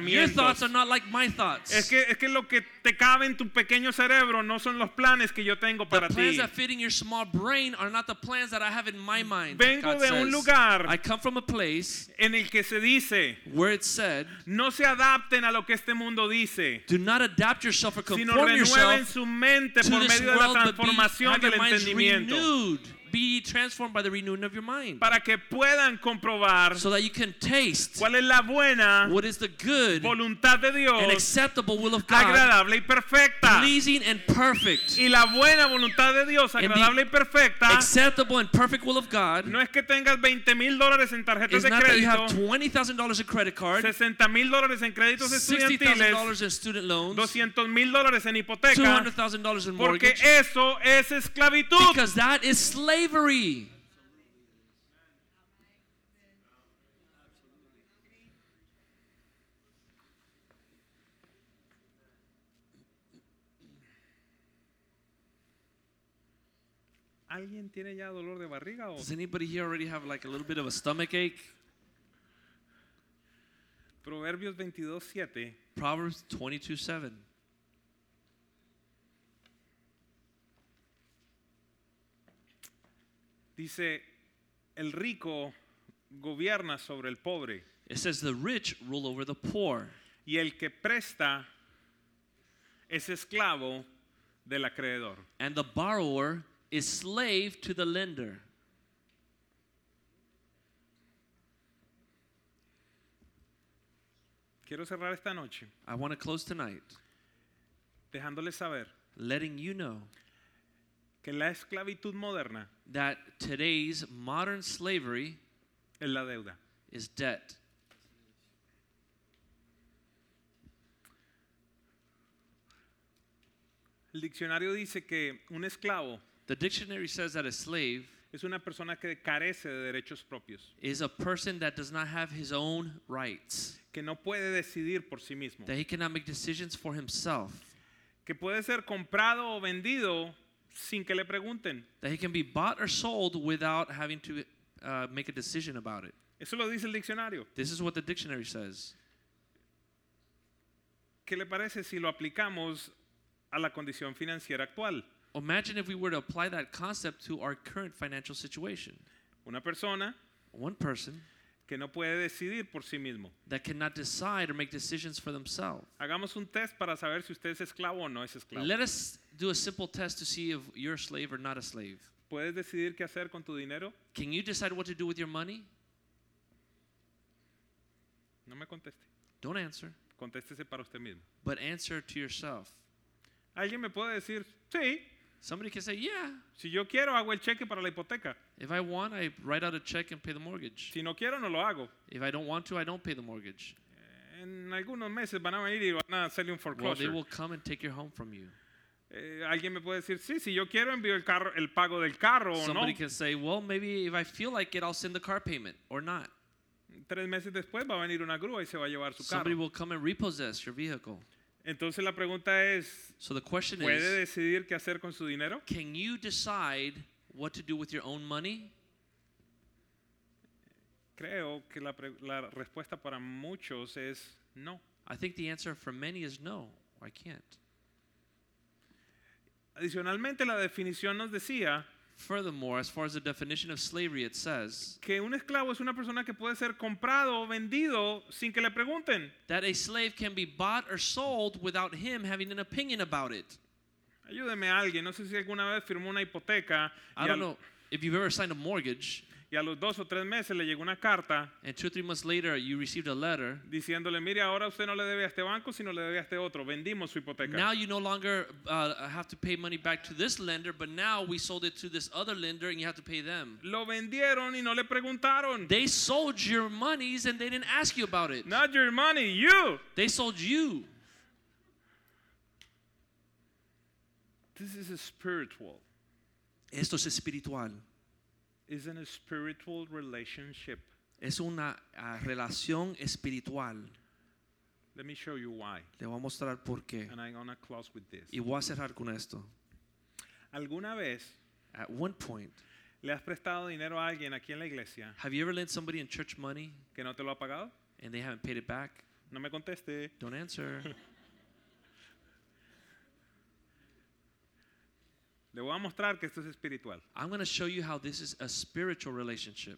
Speaker 3: pensamientos.
Speaker 4: are not like my thoughts.
Speaker 3: Es que, es que lo que te cabe en tu pequeño cerebro no son los planes que yo tengo
Speaker 4: the
Speaker 3: para
Speaker 4: plans
Speaker 3: ti.
Speaker 4: that fit in your small brain are not the plans that I have in my mind.
Speaker 3: Vengo
Speaker 4: God
Speaker 3: de un
Speaker 4: says.
Speaker 3: lugar-
Speaker 4: I come from a place
Speaker 3: En el que se dice,
Speaker 4: where it said,
Speaker 3: no se adapten a lo que este mundo dice,
Speaker 4: Do not adapt yourself or
Speaker 3: sino
Speaker 4: conform
Speaker 3: renueven
Speaker 4: yourself
Speaker 3: su mente
Speaker 4: to
Speaker 3: por
Speaker 4: this
Speaker 3: medio de la
Speaker 4: world, but be-
Speaker 3: transformación
Speaker 4: have
Speaker 3: del
Speaker 4: your minds
Speaker 3: entendimiento.
Speaker 4: renewed be transformed by the renewing of your mind.
Speaker 3: para que puedan comprobar
Speaker 4: So that you can taste
Speaker 3: cuál es la buena
Speaker 4: what is the good
Speaker 3: voluntad de
Speaker 4: and
Speaker 3: Dios,
Speaker 4: acceptable will of God,
Speaker 3: agradable y perfecta.
Speaker 4: pleasing and perfect.
Speaker 3: Y la buena voluntad de Dios,
Speaker 4: And the
Speaker 3: agradable y perfecta,
Speaker 4: Acceptable and perfect will of God
Speaker 3: no es que tengas 20 mil dólares en tarjetas
Speaker 4: is
Speaker 3: de
Speaker 4: not that you have
Speaker 3: crédito,
Speaker 4: $20,000 in credit card,
Speaker 3: 60 mil dólares en créditos estudiantiles,
Speaker 4: $60,000 in student loans,
Speaker 3: 200 mil dólares en hipoteca,
Speaker 4: $200,000 in
Speaker 3: porque
Speaker 4: mortgage.
Speaker 3: eso es esclavitud.
Speaker 4: Because that is slavery.
Speaker 3: ¿Alguien tiene ya dolor de barriga o
Speaker 4: Does anybody here already have like a little bit of a stomach ache?
Speaker 3: Proverbios 22:7
Speaker 4: Proverbs 22 7.
Speaker 3: dice, el rico gobierna sobre el pobre
Speaker 4: It says, The rich rule over the poor,
Speaker 3: y el que presta es esclavo del acreedor.
Speaker 4: and the borrower is slave to the lender.
Speaker 3: Quiero cerrar esta noche
Speaker 4: I want to close tonight
Speaker 3: dejándoles saber
Speaker 4: letting you know
Speaker 3: que la esclavitud moderna
Speaker 4: that today's modern slavery
Speaker 3: es la deuda.
Speaker 4: is debt.
Speaker 3: El diccionario dice que un esclavo
Speaker 4: The dictionary says that a slave
Speaker 3: es una persona que carece de derechos propios,
Speaker 4: is a person that does not have his own rights,
Speaker 3: que no puede decidir por sí mismo,
Speaker 4: that he cannot make decisions for himself,
Speaker 3: que puede ser comprado o vendido sin que le pregunten.
Speaker 4: that he can be bought or sold without having to uh, make a decision about it.
Speaker 3: Eso lo dice el diccionario.
Speaker 4: This is what the dictionary says.
Speaker 3: ¿Qué le parece si lo aplicamos a la condición financiera actual?
Speaker 4: Imagine if we were to apply that concept to our current financial situation.
Speaker 3: Una persona
Speaker 4: One person
Speaker 3: que no puede decidir por sí mismo.
Speaker 4: that cannot decide or make decisions for themselves.
Speaker 3: Hagamos un test para saber si usted es esclavo o no es esclavo.
Speaker 4: Let us do a simple test to see if you're a slave or not a slave.
Speaker 3: ¿Puedes decidir qué hacer con tu dinero?
Speaker 4: Can you decide what to do with your money?
Speaker 3: No me conteste.
Speaker 4: Don't answer,
Speaker 3: Contéstese para usted mismo.
Speaker 4: but answer to yourself.
Speaker 3: Alguien me puede decir, sí,
Speaker 4: Somebody can say, Yeah,
Speaker 3: si yo quiero hago el cheque para la hipoteca.
Speaker 4: if I want, I write out a check and pay the mortgage.
Speaker 3: Si no quiero, no lo hago.
Speaker 4: If I don't want to, I don't pay the mortgage.
Speaker 3: En algunos meses van a venir y van a hacerle un
Speaker 4: Well, they
Speaker 3: foreclosure.
Speaker 4: will come and take your home from you.
Speaker 3: Eh, alguien me puede decir, sí, si yo quiero envío el, carro, el pago del carro o Oh, no.
Speaker 4: Somebody can say, Well, maybe if I feel like it, I'll send the car payment or not.
Speaker 3: Tres meses después va a venir una grúa y se va a llevar su
Speaker 4: Somebody
Speaker 3: carro.
Speaker 4: will come and repossess your vehicle.
Speaker 3: Entonces la pregunta es,
Speaker 4: So the question
Speaker 3: ¿puede
Speaker 4: is
Speaker 3: decidir qué hacer con su dinero?
Speaker 4: can you decide what to do with your own money?
Speaker 3: Creo que la, pre- la respuesta para muchos es no.
Speaker 4: I think the answer for many is no, I can't.
Speaker 3: Adicionalmente, la definición nos decía
Speaker 4: Furthermore, as far as the definition of slavery, it says
Speaker 3: que un esclavo es una persona que puede ser comprado o vendido sin que le pregunten.
Speaker 4: that a slave can be bought or sold without him having an opinion about it.
Speaker 3: Ayúdeme a alguien, no sé si alguna vez firmó una hipoteca
Speaker 4: I
Speaker 3: y a,
Speaker 4: don't know if you've ever signed a mortgage
Speaker 3: y a los dos o tres meses le llegó una carta
Speaker 4: and two or three months later you received a letter.
Speaker 3: diciéndole, mire, ahora usted no le debe a este banco, sino le debe a este otro, vendimos su hipoteca.
Speaker 4: Now you no longer uh, have to pay money back to this lender, but now we sold it to this other lender and you have to pay them.
Speaker 3: Lo vendieron y no le preguntaron.
Speaker 4: They sold your monies and they didn't ask you about it.
Speaker 3: Not your money, you.
Speaker 4: They sold you.
Speaker 3: This is a spiritual.
Speaker 4: Esto es espiritual.
Speaker 3: It's a spiritual relationship.
Speaker 4: Es una ah, relación espiritual.
Speaker 3: Let me show you why.
Speaker 4: Le voy a mostrar por qué.
Speaker 3: And I'm gonna close with this.
Speaker 4: Y voy a cerrar con esto.
Speaker 3: ¿Alguna vez
Speaker 4: At one point,
Speaker 3: le has prestado dinero a alguien aquí en la iglesia
Speaker 4: have you ever lent somebody in church money
Speaker 3: que no te lo ha pagado?
Speaker 4: and they haven't paid it back?
Speaker 3: No me conteste.
Speaker 4: Don't answer.
Speaker 3: Le voy a mostrar que esto es espiritual.
Speaker 4: I'm going to show you how this is a spiritual relationship.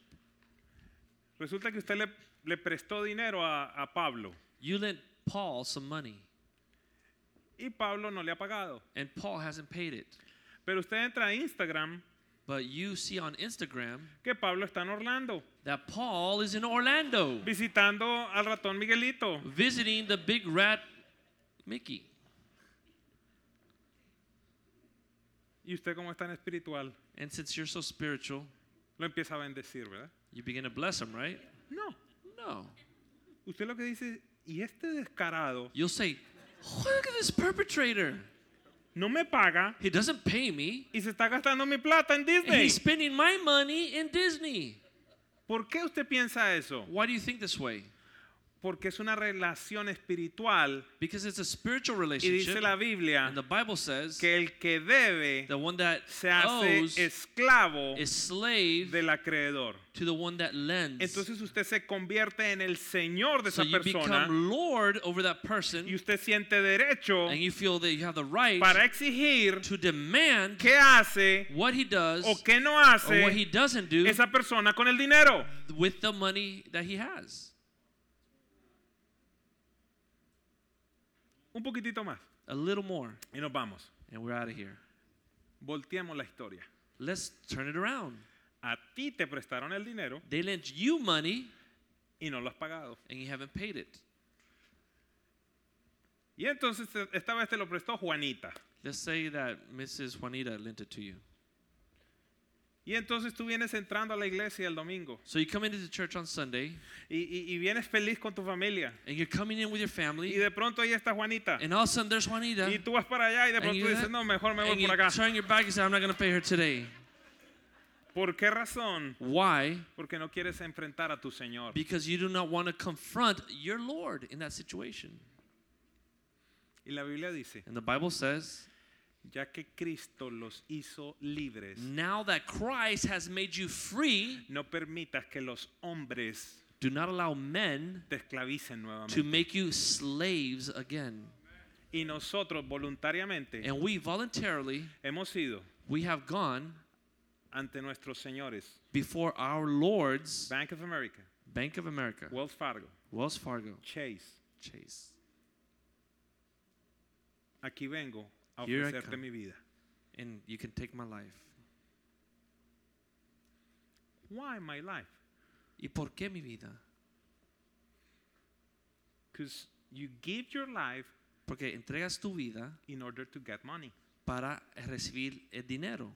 Speaker 3: Resulta que usted le, le prestó dinero a, a Pablo
Speaker 4: You lent Paul some money
Speaker 3: y Pablo no le ha pagado.
Speaker 4: and Paul hasn't paid it.
Speaker 3: Pero usted entra a Instagram
Speaker 4: But you see on Instagram
Speaker 3: que Pablo está en Orlando,
Speaker 4: that Paul is in Orlando
Speaker 3: visitando al ratón Miguelito.
Speaker 4: visiting the big rat Mickey.
Speaker 3: Y usted como es tan espiritual,
Speaker 4: And since you're so spiritual,
Speaker 3: lo empieza a bendecir, ¿verdad?
Speaker 4: you begin to bless him, right?
Speaker 3: No.
Speaker 4: No.
Speaker 3: Usted lo que dice, y este descarado
Speaker 4: You'll say, Look at this perpetrator.
Speaker 3: no me paga
Speaker 4: He doesn't pay me.
Speaker 3: y se está gastando mi plata en
Speaker 4: And
Speaker 3: Disney.
Speaker 4: he's spending my money in Disney.
Speaker 3: ¿Por qué usted piensa eso?
Speaker 4: Why do you think this way?
Speaker 3: Porque es una relación espiritual
Speaker 4: Because it's a spiritual
Speaker 3: y
Speaker 4: relationship.
Speaker 3: dice la Biblia
Speaker 4: And the Bible says
Speaker 3: que el que debe
Speaker 4: the one that
Speaker 3: se hace
Speaker 4: owes
Speaker 3: esclavo
Speaker 4: is slave
Speaker 3: del acreedor.
Speaker 4: to the one that lends.
Speaker 3: Entonces usted se convierte en el señor de
Speaker 4: so
Speaker 3: esa
Speaker 4: you
Speaker 3: persona
Speaker 4: become lord over that person,
Speaker 3: y usted siente derecho
Speaker 4: and you feel that you have the right
Speaker 3: para exigir
Speaker 4: to demand
Speaker 3: qué hace
Speaker 4: what he does
Speaker 3: o qué no
Speaker 4: or what he
Speaker 3: hace
Speaker 4: doesn't do
Speaker 3: esa persona con el dinero.
Speaker 4: with the money that he has.
Speaker 3: Un poquitito más
Speaker 4: A little more,
Speaker 3: y nos vamos.
Speaker 4: and we're out of here.
Speaker 3: Volteamos la historia.
Speaker 4: Let's turn it around.
Speaker 3: A ti te prestaron el dinero
Speaker 4: They lent you money,
Speaker 3: y no lo has pagado.
Speaker 4: and you haven't paid it.
Speaker 3: Y entonces eh, esta vez te lo prestó Juanita.
Speaker 4: Let's say that Mrs. Juanita lent it to you.
Speaker 3: Y entonces tú vienes entrando a la iglesia el domingo
Speaker 4: So you come into the church on Sunday,
Speaker 3: y, y- y vienes feliz con tu familia.
Speaker 4: and you're coming in with your
Speaker 3: Y
Speaker 4: family,
Speaker 3: de pronto ahí está Juanita.
Speaker 4: and all of a sudden there's Juanita.
Speaker 3: Y tú vas para allá y de
Speaker 4: and
Speaker 3: pronto
Speaker 4: you
Speaker 3: dices,
Speaker 4: that-
Speaker 3: no, mejor me
Speaker 4: and
Speaker 3: voy por
Speaker 4: you
Speaker 3: acá.
Speaker 4: turn your back and say, I'm not going to pay her today.
Speaker 3: ¿Por qué razón?
Speaker 4: Why?
Speaker 3: Porque no quieres enfrentar a tu Señor.
Speaker 4: Because you do not want to confront your Lord in that situation.
Speaker 3: Y la Biblia dice,
Speaker 4: And the Bible says,
Speaker 3: ya que Cristo los hizo libres,
Speaker 4: now that Christ has made you free,
Speaker 3: no permitas que los hombres
Speaker 4: do not allow men
Speaker 3: te esclavicen
Speaker 4: to
Speaker 3: nuevamente.
Speaker 4: make you slaves again.
Speaker 3: Y nosotros voluntariamente
Speaker 4: And we voluntarily,
Speaker 3: hemos ido
Speaker 4: we have gone
Speaker 3: ante nuestros señores,
Speaker 4: before our Lord's
Speaker 3: Bank of America,
Speaker 4: Bank of America,
Speaker 3: Wells Fargo,
Speaker 4: Wells Fargo,
Speaker 3: Chase,
Speaker 4: Chase.
Speaker 3: aquí vengo a
Speaker 4: Here I
Speaker 3: ofrecerte
Speaker 4: come.
Speaker 3: mi vida.
Speaker 4: And you can take my life.
Speaker 3: Why my life?
Speaker 4: ¿Y por qué mi vida?
Speaker 3: Because you give your life
Speaker 4: Porque entregas tu vida
Speaker 3: in order to get money.
Speaker 4: para recibir el dinero.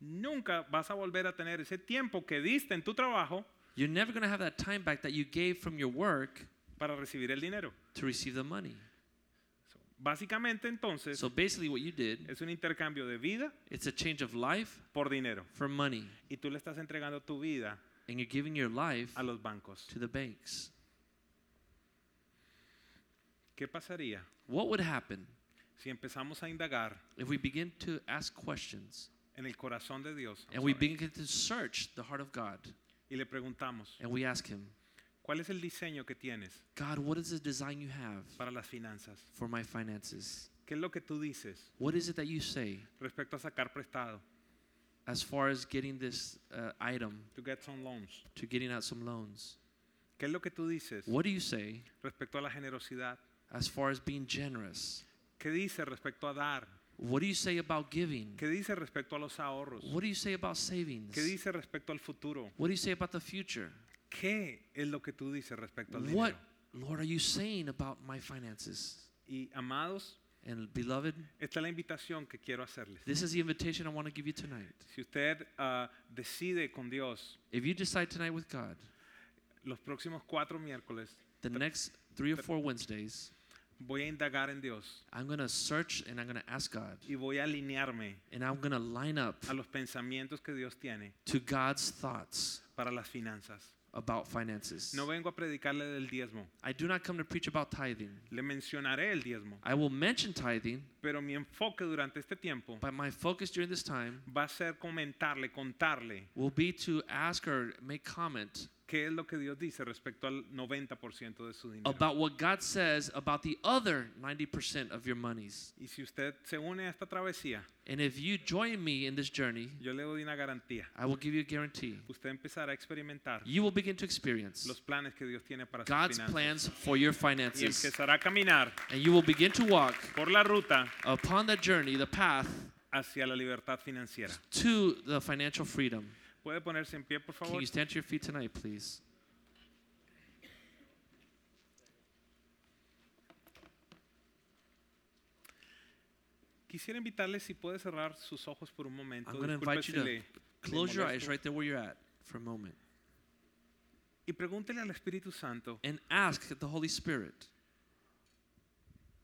Speaker 3: Nunca vas a volver a tener ese tiempo que diste en tu trabajo
Speaker 4: You're never going to have that time back that you gave from your work
Speaker 3: para recibir el dinero.
Speaker 4: to receive the money.
Speaker 3: So, básicamente entonces
Speaker 4: So basically, what you did,
Speaker 3: es un intercambio de vida
Speaker 4: it's a change of life
Speaker 3: por dinero.
Speaker 4: for money.
Speaker 3: Y tú le estás entregando tu vida
Speaker 4: And you're giving your life
Speaker 3: a los bancos.
Speaker 4: to the banks.
Speaker 3: ¿Qué pasaría
Speaker 4: What would happen
Speaker 3: si empezamos a indagar
Speaker 4: if we begin to ask questions
Speaker 3: en el corazón de Dios
Speaker 4: and we begin to search the heart of God
Speaker 3: y le preguntamos,
Speaker 4: and we ask Him,
Speaker 3: ¿cuál es el diseño que tienes
Speaker 4: God, what is the design you have
Speaker 3: para las finanzas?
Speaker 4: for my finances?
Speaker 3: ¿Qué es lo que tú dices
Speaker 4: What is it that you say
Speaker 3: respecto a sacar prestado?
Speaker 4: as far as getting this uh, item
Speaker 3: To get some loans.
Speaker 4: to getting out some loans?
Speaker 3: ¿Qué es lo que tú dices
Speaker 4: What do you say
Speaker 3: respecto a la generosidad?
Speaker 4: as far as being generous?
Speaker 3: ¿Qué dices respecto a dar?
Speaker 4: What do you say about giving?
Speaker 3: ¿Qué dices respecto a los ahorros?
Speaker 4: What do you say about savings?
Speaker 3: ¿Qué dices respecto al futuro?
Speaker 4: What do you say about the future?
Speaker 3: ¿Qué es lo que tú dices respecto al
Speaker 4: What,
Speaker 3: dinero?
Speaker 4: Lord, are you saying about my finances?
Speaker 3: Y amados,
Speaker 4: And beloved,
Speaker 3: esta es la invitación que quiero hacerles.
Speaker 4: this is the invitation I want to give you tonight.
Speaker 3: Si usted ah, decide con Dios
Speaker 4: If you decide tonight with God,
Speaker 3: los próximos cuatro miércoles,
Speaker 4: the next three or four Wednesdays,
Speaker 3: voy a indagar en Dios
Speaker 4: I'm going to search and I'm going to ask God.
Speaker 3: y voy a alinearme
Speaker 4: And I'm going to line up
Speaker 3: a los pensamientos que Dios tiene
Speaker 4: to God's thoughts
Speaker 3: para las finanzas.
Speaker 4: about finances.
Speaker 3: No vengo a predicarle del diezmo,
Speaker 4: I do not come to preach about tithing.
Speaker 3: le mencionaré el diezmo,
Speaker 4: I will mention tithing,
Speaker 3: pero mi enfoque durante este tiempo
Speaker 4: but my focus during this time
Speaker 3: va a ser comentarle, contarle
Speaker 4: will be to ask or make comment
Speaker 3: qué es lo que Dios dice respecto al 90% de su dinero.
Speaker 4: about what God says about the other 90% of your monies.
Speaker 3: Y si usted se une a esta travesía,
Speaker 4: And if you join me in this journey,
Speaker 3: yo le doy una garantía.
Speaker 4: I will give you a guarantee.
Speaker 3: Usted empezará a experimentar
Speaker 4: You will begin to experience
Speaker 3: los planes que Dios tiene para sus
Speaker 4: God's
Speaker 3: finanzas.
Speaker 4: plans for your
Speaker 3: Y
Speaker 4: finances.
Speaker 3: empezará a caminar
Speaker 4: And you will begin to walk
Speaker 3: por la ruta
Speaker 4: upon that journey, the path
Speaker 3: hacia la libertad financiera.
Speaker 4: to the financial freedom.
Speaker 3: ¿Puede ponerse en pie, por
Speaker 4: Can
Speaker 3: favor?
Speaker 4: you stand to your feet tonight, please?
Speaker 3: Quisiera invitarles si puede cerrar sus ojos por un momento.
Speaker 4: I'm going to
Speaker 3: Disculpe
Speaker 4: invite
Speaker 3: si
Speaker 4: you to
Speaker 3: le- le
Speaker 4: close your eyes
Speaker 3: molesto.
Speaker 4: right there where you're at for a moment
Speaker 3: Y pregúntele al Espíritu Santo
Speaker 4: and ask the Holy Spirit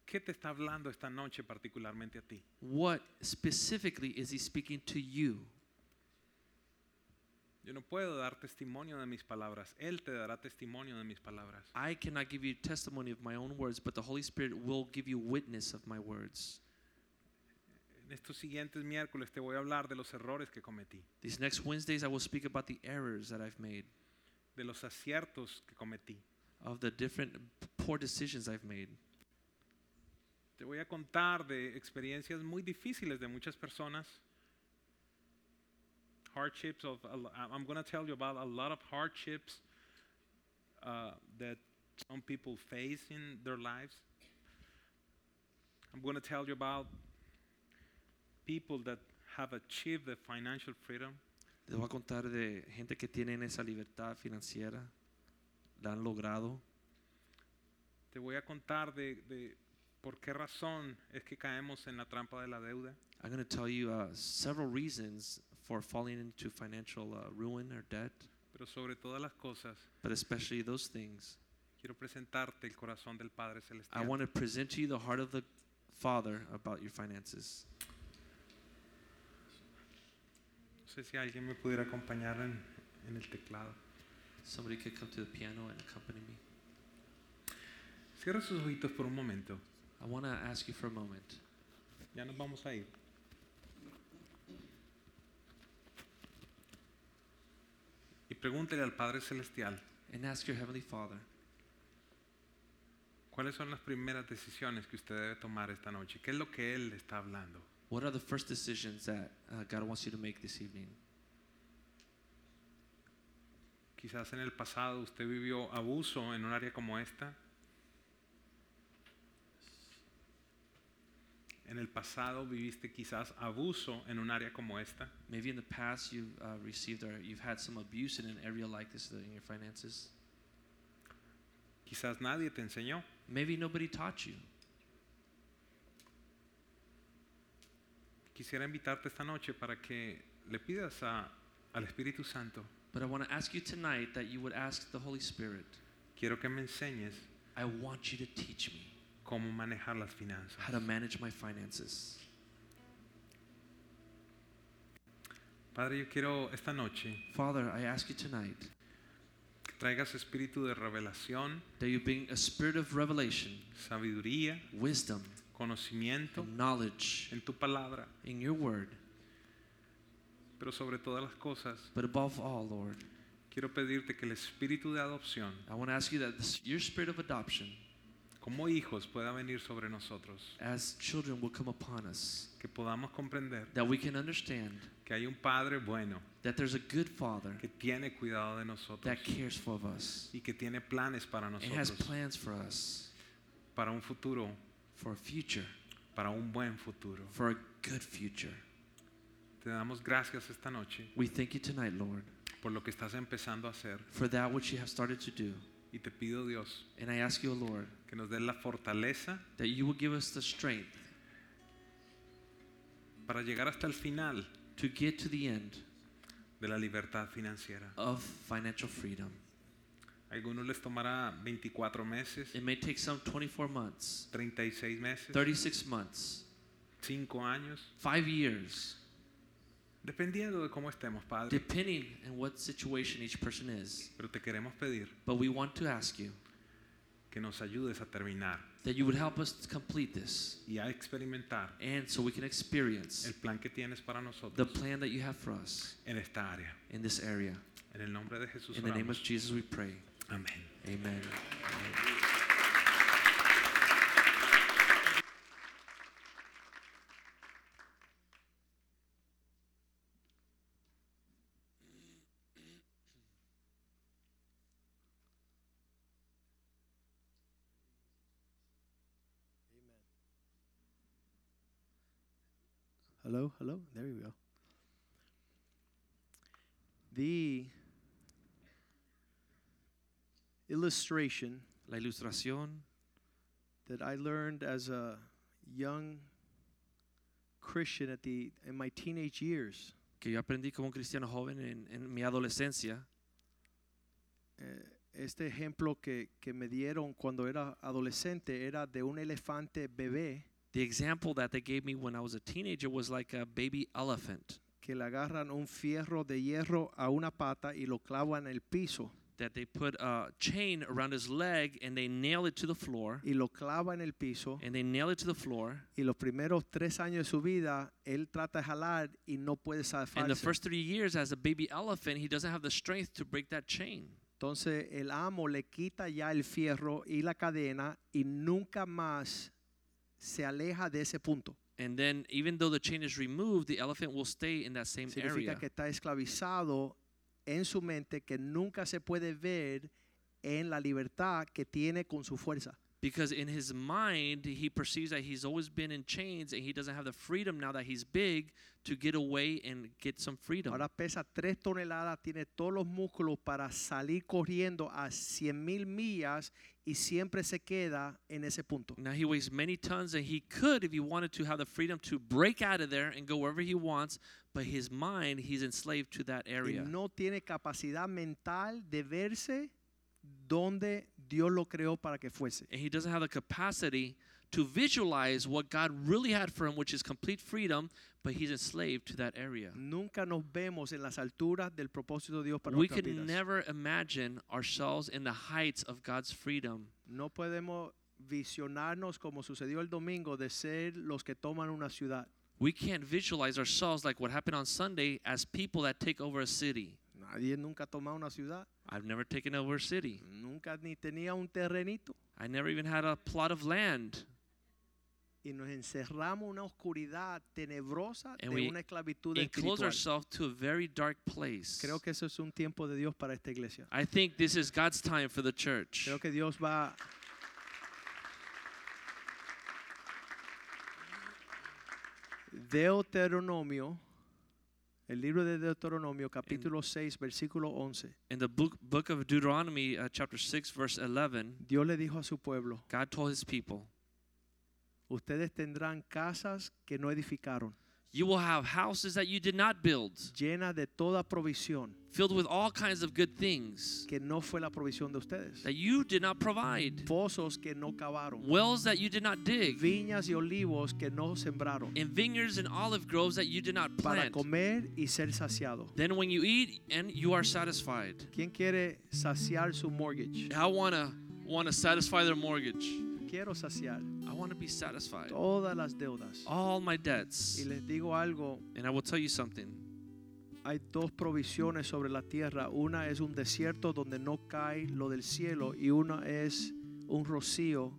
Speaker 3: qué te está hablando esta noche particularmente a ti.
Speaker 4: what specifically is He speaking to you.
Speaker 3: Yo no puedo dar testimonio de mis palabras. Él te dará testimonio de mis palabras.
Speaker 4: I cannot give you testimony of my own words, but the Holy Spirit will give you witness of my words.
Speaker 3: En estos siguientes miércoles te voy a hablar de los errores que cometí,
Speaker 4: These next Wednesdays, I will speak about the errors that I've made,
Speaker 3: de los aciertos que cometí.
Speaker 4: of the different poor decisions I've made.
Speaker 3: Te voy a contar de experiencias muy difíciles de muchas personas. Hardships of a lo- I'm going to tell you about a lot of hardships uh, that some people face in their lives. I'm going to tell you about people that have achieved the financial freedom.
Speaker 4: Les voy a contar de gente que tienen esa libertad financiera, la han logrado.
Speaker 3: Te voy a contar de, de por qué razón es que caemos en la trampa de la deuda.
Speaker 4: I'm going to tell you uh, several reasons for falling into financial uh, ruin or debt,
Speaker 3: Pero sobre todas las cosas,
Speaker 4: but especially those things.
Speaker 3: quiero presentarte el corazón del Padre Celestial.
Speaker 4: I want to present to you the heart of the Father about your finances.
Speaker 3: No sé si alguien me pudiera acompañar en, en el teclado.
Speaker 4: Somebody could come to the piano and accompany me.
Speaker 3: Cierra sus ojitos por un momento.
Speaker 4: I want to ask you for a moment.
Speaker 3: Ya nos vamos a ir. Y pregúntele al Padre Celestial
Speaker 4: and ask your Heavenly Father
Speaker 3: cuáles son las primeras decisiones que usted debe tomar esta noche. ¿Qué es lo que Él le está hablando?
Speaker 4: what are the first decisions that uh, God wants you to make this evening?
Speaker 3: Quizás en el pasado usted vivió abuso en un área como esta. En el pasado viviste quizás abuso en un área como esta.
Speaker 4: Maybe in the past you uh, received or you've had some abuse in an area like this uh, in your finances.
Speaker 3: Quizás nadie te enseñó.
Speaker 4: Maybe nobody taught you.
Speaker 3: Quisiera invitarte esta noche para que le pidas a- al Espíritu Santo,
Speaker 4: But I want to ask you tonight that you would ask the Holy Spirit,
Speaker 3: quiero que me enseñes
Speaker 4: I want you to teach me
Speaker 3: cómo manejar las finanzas.
Speaker 4: how to manage my finances.
Speaker 3: Padre, yo quiero esta noche
Speaker 4: Father, I ask you tonight
Speaker 3: que traigas espíritu de revelación,
Speaker 4: that you bring a spirit of revelation,
Speaker 3: sabiduría,
Speaker 4: wisdom,
Speaker 3: conocimiento
Speaker 4: and knowledge
Speaker 3: en tu palabra,
Speaker 4: in your word.
Speaker 3: pero sobre todas las cosas
Speaker 4: But above all, Lord,
Speaker 3: Quiero pedirte que el espíritu de adopción,
Speaker 4: I want to ask you that this, your spirit of adoption
Speaker 3: como hijos, pueda venir sobre nosotros.
Speaker 4: as children will come upon us,
Speaker 3: Que podamos comprender
Speaker 4: that we can understand
Speaker 3: que hay un Padre bueno
Speaker 4: that there's a good Father
Speaker 3: que tiene cuidado de nosotros
Speaker 4: that cares for us
Speaker 3: y que tiene planes para
Speaker 4: and has
Speaker 3: nosotros,
Speaker 4: plans for us
Speaker 3: para un futuro,
Speaker 4: for a future,
Speaker 3: para un buen futuro.
Speaker 4: for a good future.
Speaker 3: Te damos gracias esta noche
Speaker 4: We thank you tonight, Lord,
Speaker 3: por lo que estás empezando a hacer
Speaker 4: for that which you have started to do.
Speaker 3: y te pido Dios
Speaker 4: And I ask you, Lord,
Speaker 3: que nos des la fortaleza
Speaker 4: that you will give us the strength
Speaker 3: para llegar hasta el final
Speaker 4: to get to the end
Speaker 3: de la libertad financiera.
Speaker 4: of financial freedom.
Speaker 3: A algunos les tomará 24 meses,
Speaker 4: It may take some 24 months,
Speaker 3: 36 meses,
Speaker 4: 36 months,
Speaker 3: 5 años,
Speaker 4: five years,
Speaker 3: dependiendo de cómo estemos, Padre.
Speaker 4: depending on what situation each person is.
Speaker 3: Pero te queremos pedir
Speaker 4: But we want to ask you
Speaker 3: que nos ayudes a terminar
Speaker 4: that you would help us to complete this
Speaker 3: y a experimentar
Speaker 4: and so we can experience
Speaker 3: el plan que tienes para
Speaker 4: the
Speaker 3: nosotros
Speaker 4: plan that you have for us
Speaker 3: en esta área.
Speaker 4: in this area.
Speaker 3: En el nombre de Jesús.
Speaker 4: In the name of
Speaker 3: oramos.
Speaker 4: Jesus, we pray.
Speaker 3: Amén.
Speaker 4: Amen.
Speaker 5: Hello, hello. There you go. The illustration
Speaker 4: La ilustración
Speaker 5: that I learned as a young Christian at the in my teenage years
Speaker 4: que yo aprendí como un cristiano joven en, en mi adolescencia,
Speaker 5: eh, este ejemplo que, que me dieron cuando era adolescente era de un elefante bebé
Speaker 4: the example that they gave me when I was a teenager was like a baby elephant
Speaker 5: que le agarran un fierro de hierro a una pata y lo clavan en el piso
Speaker 4: that they put a chain around his leg and they nail it to the floor
Speaker 5: y lo clava en el piso
Speaker 4: and they nail it to the floor.
Speaker 5: y los primeros tres años de su vida él trata de jalar y no puede
Speaker 4: In the
Speaker 5: zafarse
Speaker 4: first three years, as a baby elephant, he doesn't have the strength to break that chain.
Speaker 5: entonces el amo le quita ya el fierro y la cadena y nunca más se aleja de ese punto
Speaker 4: And then, even though the chain is removed, the elephant will stay in that same
Speaker 5: significa
Speaker 4: area.
Speaker 5: que está esclavizado en su mente que nunca se puede ver en la libertad que tiene con su fuerza.
Speaker 4: Because in his mind, he perceives that he's always been in chains and he doesn't have the freedom now that he's big to get away and get some freedom.
Speaker 5: Ahora pesa 3 toneladas, tiene todos los músculos para salir corriendo a 100 mil millas y siempre se queda en ese punto.
Speaker 4: Now he weighs many tons and he could, if he wanted to, have the freedom to break out of there and go wherever he wants, but his mind, he's enslaved to that
Speaker 5: Y
Speaker 4: area.
Speaker 5: no tiene capacidad mental de verse donde Dios lo creó para que fuese.
Speaker 4: And he doesn't have the capacity to visualize what God really had for him, which is complete freedom, but he's enslaved to that area.
Speaker 5: Nunca nos vemos en las alturas del propósito de Dios para
Speaker 4: We
Speaker 5: nuestras
Speaker 4: can
Speaker 5: vidas.
Speaker 4: never imagine ourselves in the heights of God's freedom.
Speaker 5: No podemos visionarnos como sucedió el domingo de ser los que toman una ciudad.
Speaker 4: We can't visualize ourselves like what happened on Sunday as people that take over a city.
Speaker 5: Nadie nunca ha tomado una ciudad,
Speaker 4: I've never taken over a city.
Speaker 5: nunca ni tenía un terrenito
Speaker 4: I never even had a plot of land.
Speaker 5: y nos encerramos en una oscuridad tenebrosa
Speaker 4: And
Speaker 5: de
Speaker 4: we
Speaker 5: una esclavitud
Speaker 4: Enclose
Speaker 5: espiritual.
Speaker 4: ourselves to a very dark place.
Speaker 5: Creo que eso es un tiempo de Dios para esta iglesia.
Speaker 4: I think this is God's time for the church.
Speaker 5: Creo que Dios va Deuteronomio, el libro de Deuteronomio capítulo 6 versículo 11.
Speaker 4: In the book, book of Deuteronomy, uh, chapter 6, verse 11,
Speaker 5: Dios le dijo a su pueblo,
Speaker 4: God told his people,
Speaker 5: ustedes tendrán casas que no edificaron,
Speaker 4: You will have houses that you did not build,
Speaker 5: llenas de toda provisión,
Speaker 4: filled with all kinds of good things
Speaker 5: que no fue la provisión de ustedes,
Speaker 4: that you did not provide,
Speaker 5: pozos que no cavaron,
Speaker 4: wells that you did not dig,
Speaker 5: viñas y olivos que no sembraron,
Speaker 4: and vineyards and olive groves that you did not
Speaker 5: para
Speaker 4: plant.
Speaker 5: comer y ser saciado.
Speaker 4: Then when you eat and you are satisfied.
Speaker 5: ¿Quién quiere saciar su mortgage?
Speaker 4: I want to want to satisfy their mortgage.
Speaker 5: Quiero saciar
Speaker 4: I want to be satisfied.
Speaker 5: todas las deudas.
Speaker 4: All my debts.
Speaker 5: Y les digo algo,
Speaker 4: And I will tell you something.
Speaker 5: hay dos provisiones sobre la tierra. Una es un desierto donde no cae lo del cielo y una es un rocío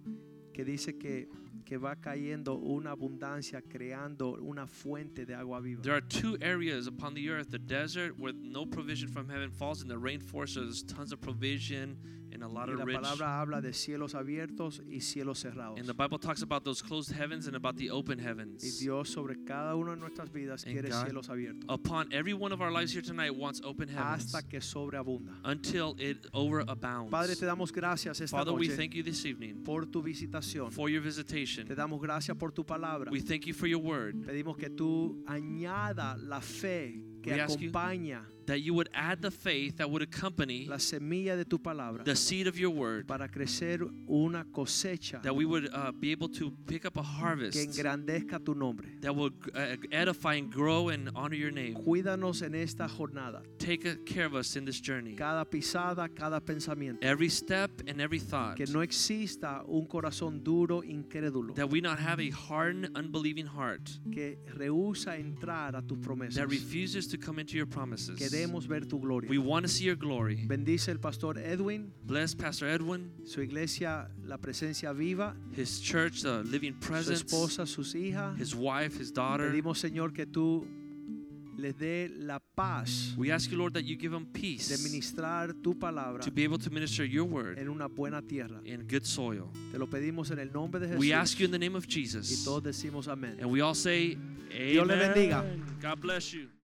Speaker 5: que dice que, que va cayendo una abundancia, creando una fuente de agua viva.
Speaker 4: There are two areas upon the earth the desert, where no provision from heaven falls, and the rainforest, where there's tons of provision and a lot
Speaker 5: Y
Speaker 4: of
Speaker 5: la
Speaker 4: rich.
Speaker 5: palabra habla de cielos abiertos y cielos cerrados.
Speaker 4: And the Bible talks about those closed heavens and about the open
Speaker 5: Y
Speaker 4: heavens.
Speaker 5: Dios sobre cada una de nuestras vidas
Speaker 4: And
Speaker 5: quiere
Speaker 4: God-
Speaker 5: cielos abiertos
Speaker 4: Upon every one of our lives here tonight wants open heavens
Speaker 5: hasta que sobreabunda.
Speaker 4: until it overabounds.
Speaker 5: Padre, te damos gracias esta
Speaker 4: Father, we
Speaker 5: noche
Speaker 4: thank you this evening
Speaker 5: por tu visitación.
Speaker 4: for your
Speaker 5: Te
Speaker 4: visitation.
Speaker 5: damos gracias por tu palabra.
Speaker 4: We thank you for your word.
Speaker 5: Pedimos que tú añada la fe que
Speaker 4: We ask you-
Speaker 5: acompaña
Speaker 4: That you would add the faith that would accompany
Speaker 5: la semilla de tu palabra
Speaker 4: the seed of your word,
Speaker 5: para crecer una cosecha
Speaker 4: that we would uh, be able to pick up a
Speaker 5: que
Speaker 4: harvest
Speaker 5: engrandezca tu nombre.
Speaker 4: that will uh, edify and grow and honor your name.
Speaker 5: Cuídanos en esta jornada,
Speaker 4: Take uh, care of us in this journey.
Speaker 5: cada pisada, cada pensamiento.
Speaker 4: Every step and every thought.
Speaker 5: Que no exista un corazón duro, incrédulo,
Speaker 4: That we not have a hardened, unbelieving heart
Speaker 5: que rehúsa entrar a tus promesas.
Speaker 4: that refuses to come into your promises.
Speaker 5: Queremos ver tu
Speaker 4: We
Speaker 5: gloria.
Speaker 4: want to see your glory.
Speaker 5: Bendice el pastor Edwin,
Speaker 4: Bless Pastor Edwin,
Speaker 5: su iglesia, la presencia viva,
Speaker 4: his church, the living
Speaker 5: su
Speaker 4: presence,
Speaker 5: esposa, sus hijas.
Speaker 4: his wife, his daughter.
Speaker 5: Pedimos, Señor, que tú les dé la paz
Speaker 4: We ask you, Lord, that you give him
Speaker 5: de
Speaker 4: peace
Speaker 5: ministrar tu palabra
Speaker 4: to be able to minister your word
Speaker 5: en una buena tierra.
Speaker 4: in good soil.
Speaker 5: Te lo pedimos en el nombre de
Speaker 4: We ask you in
Speaker 5: Jesús.
Speaker 4: the name of
Speaker 5: Y
Speaker 4: Jesus.
Speaker 5: todos decimos amén.
Speaker 4: And we all say,
Speaker 5: Dios le bendiga.
Speaker 4: Amen. God bless you.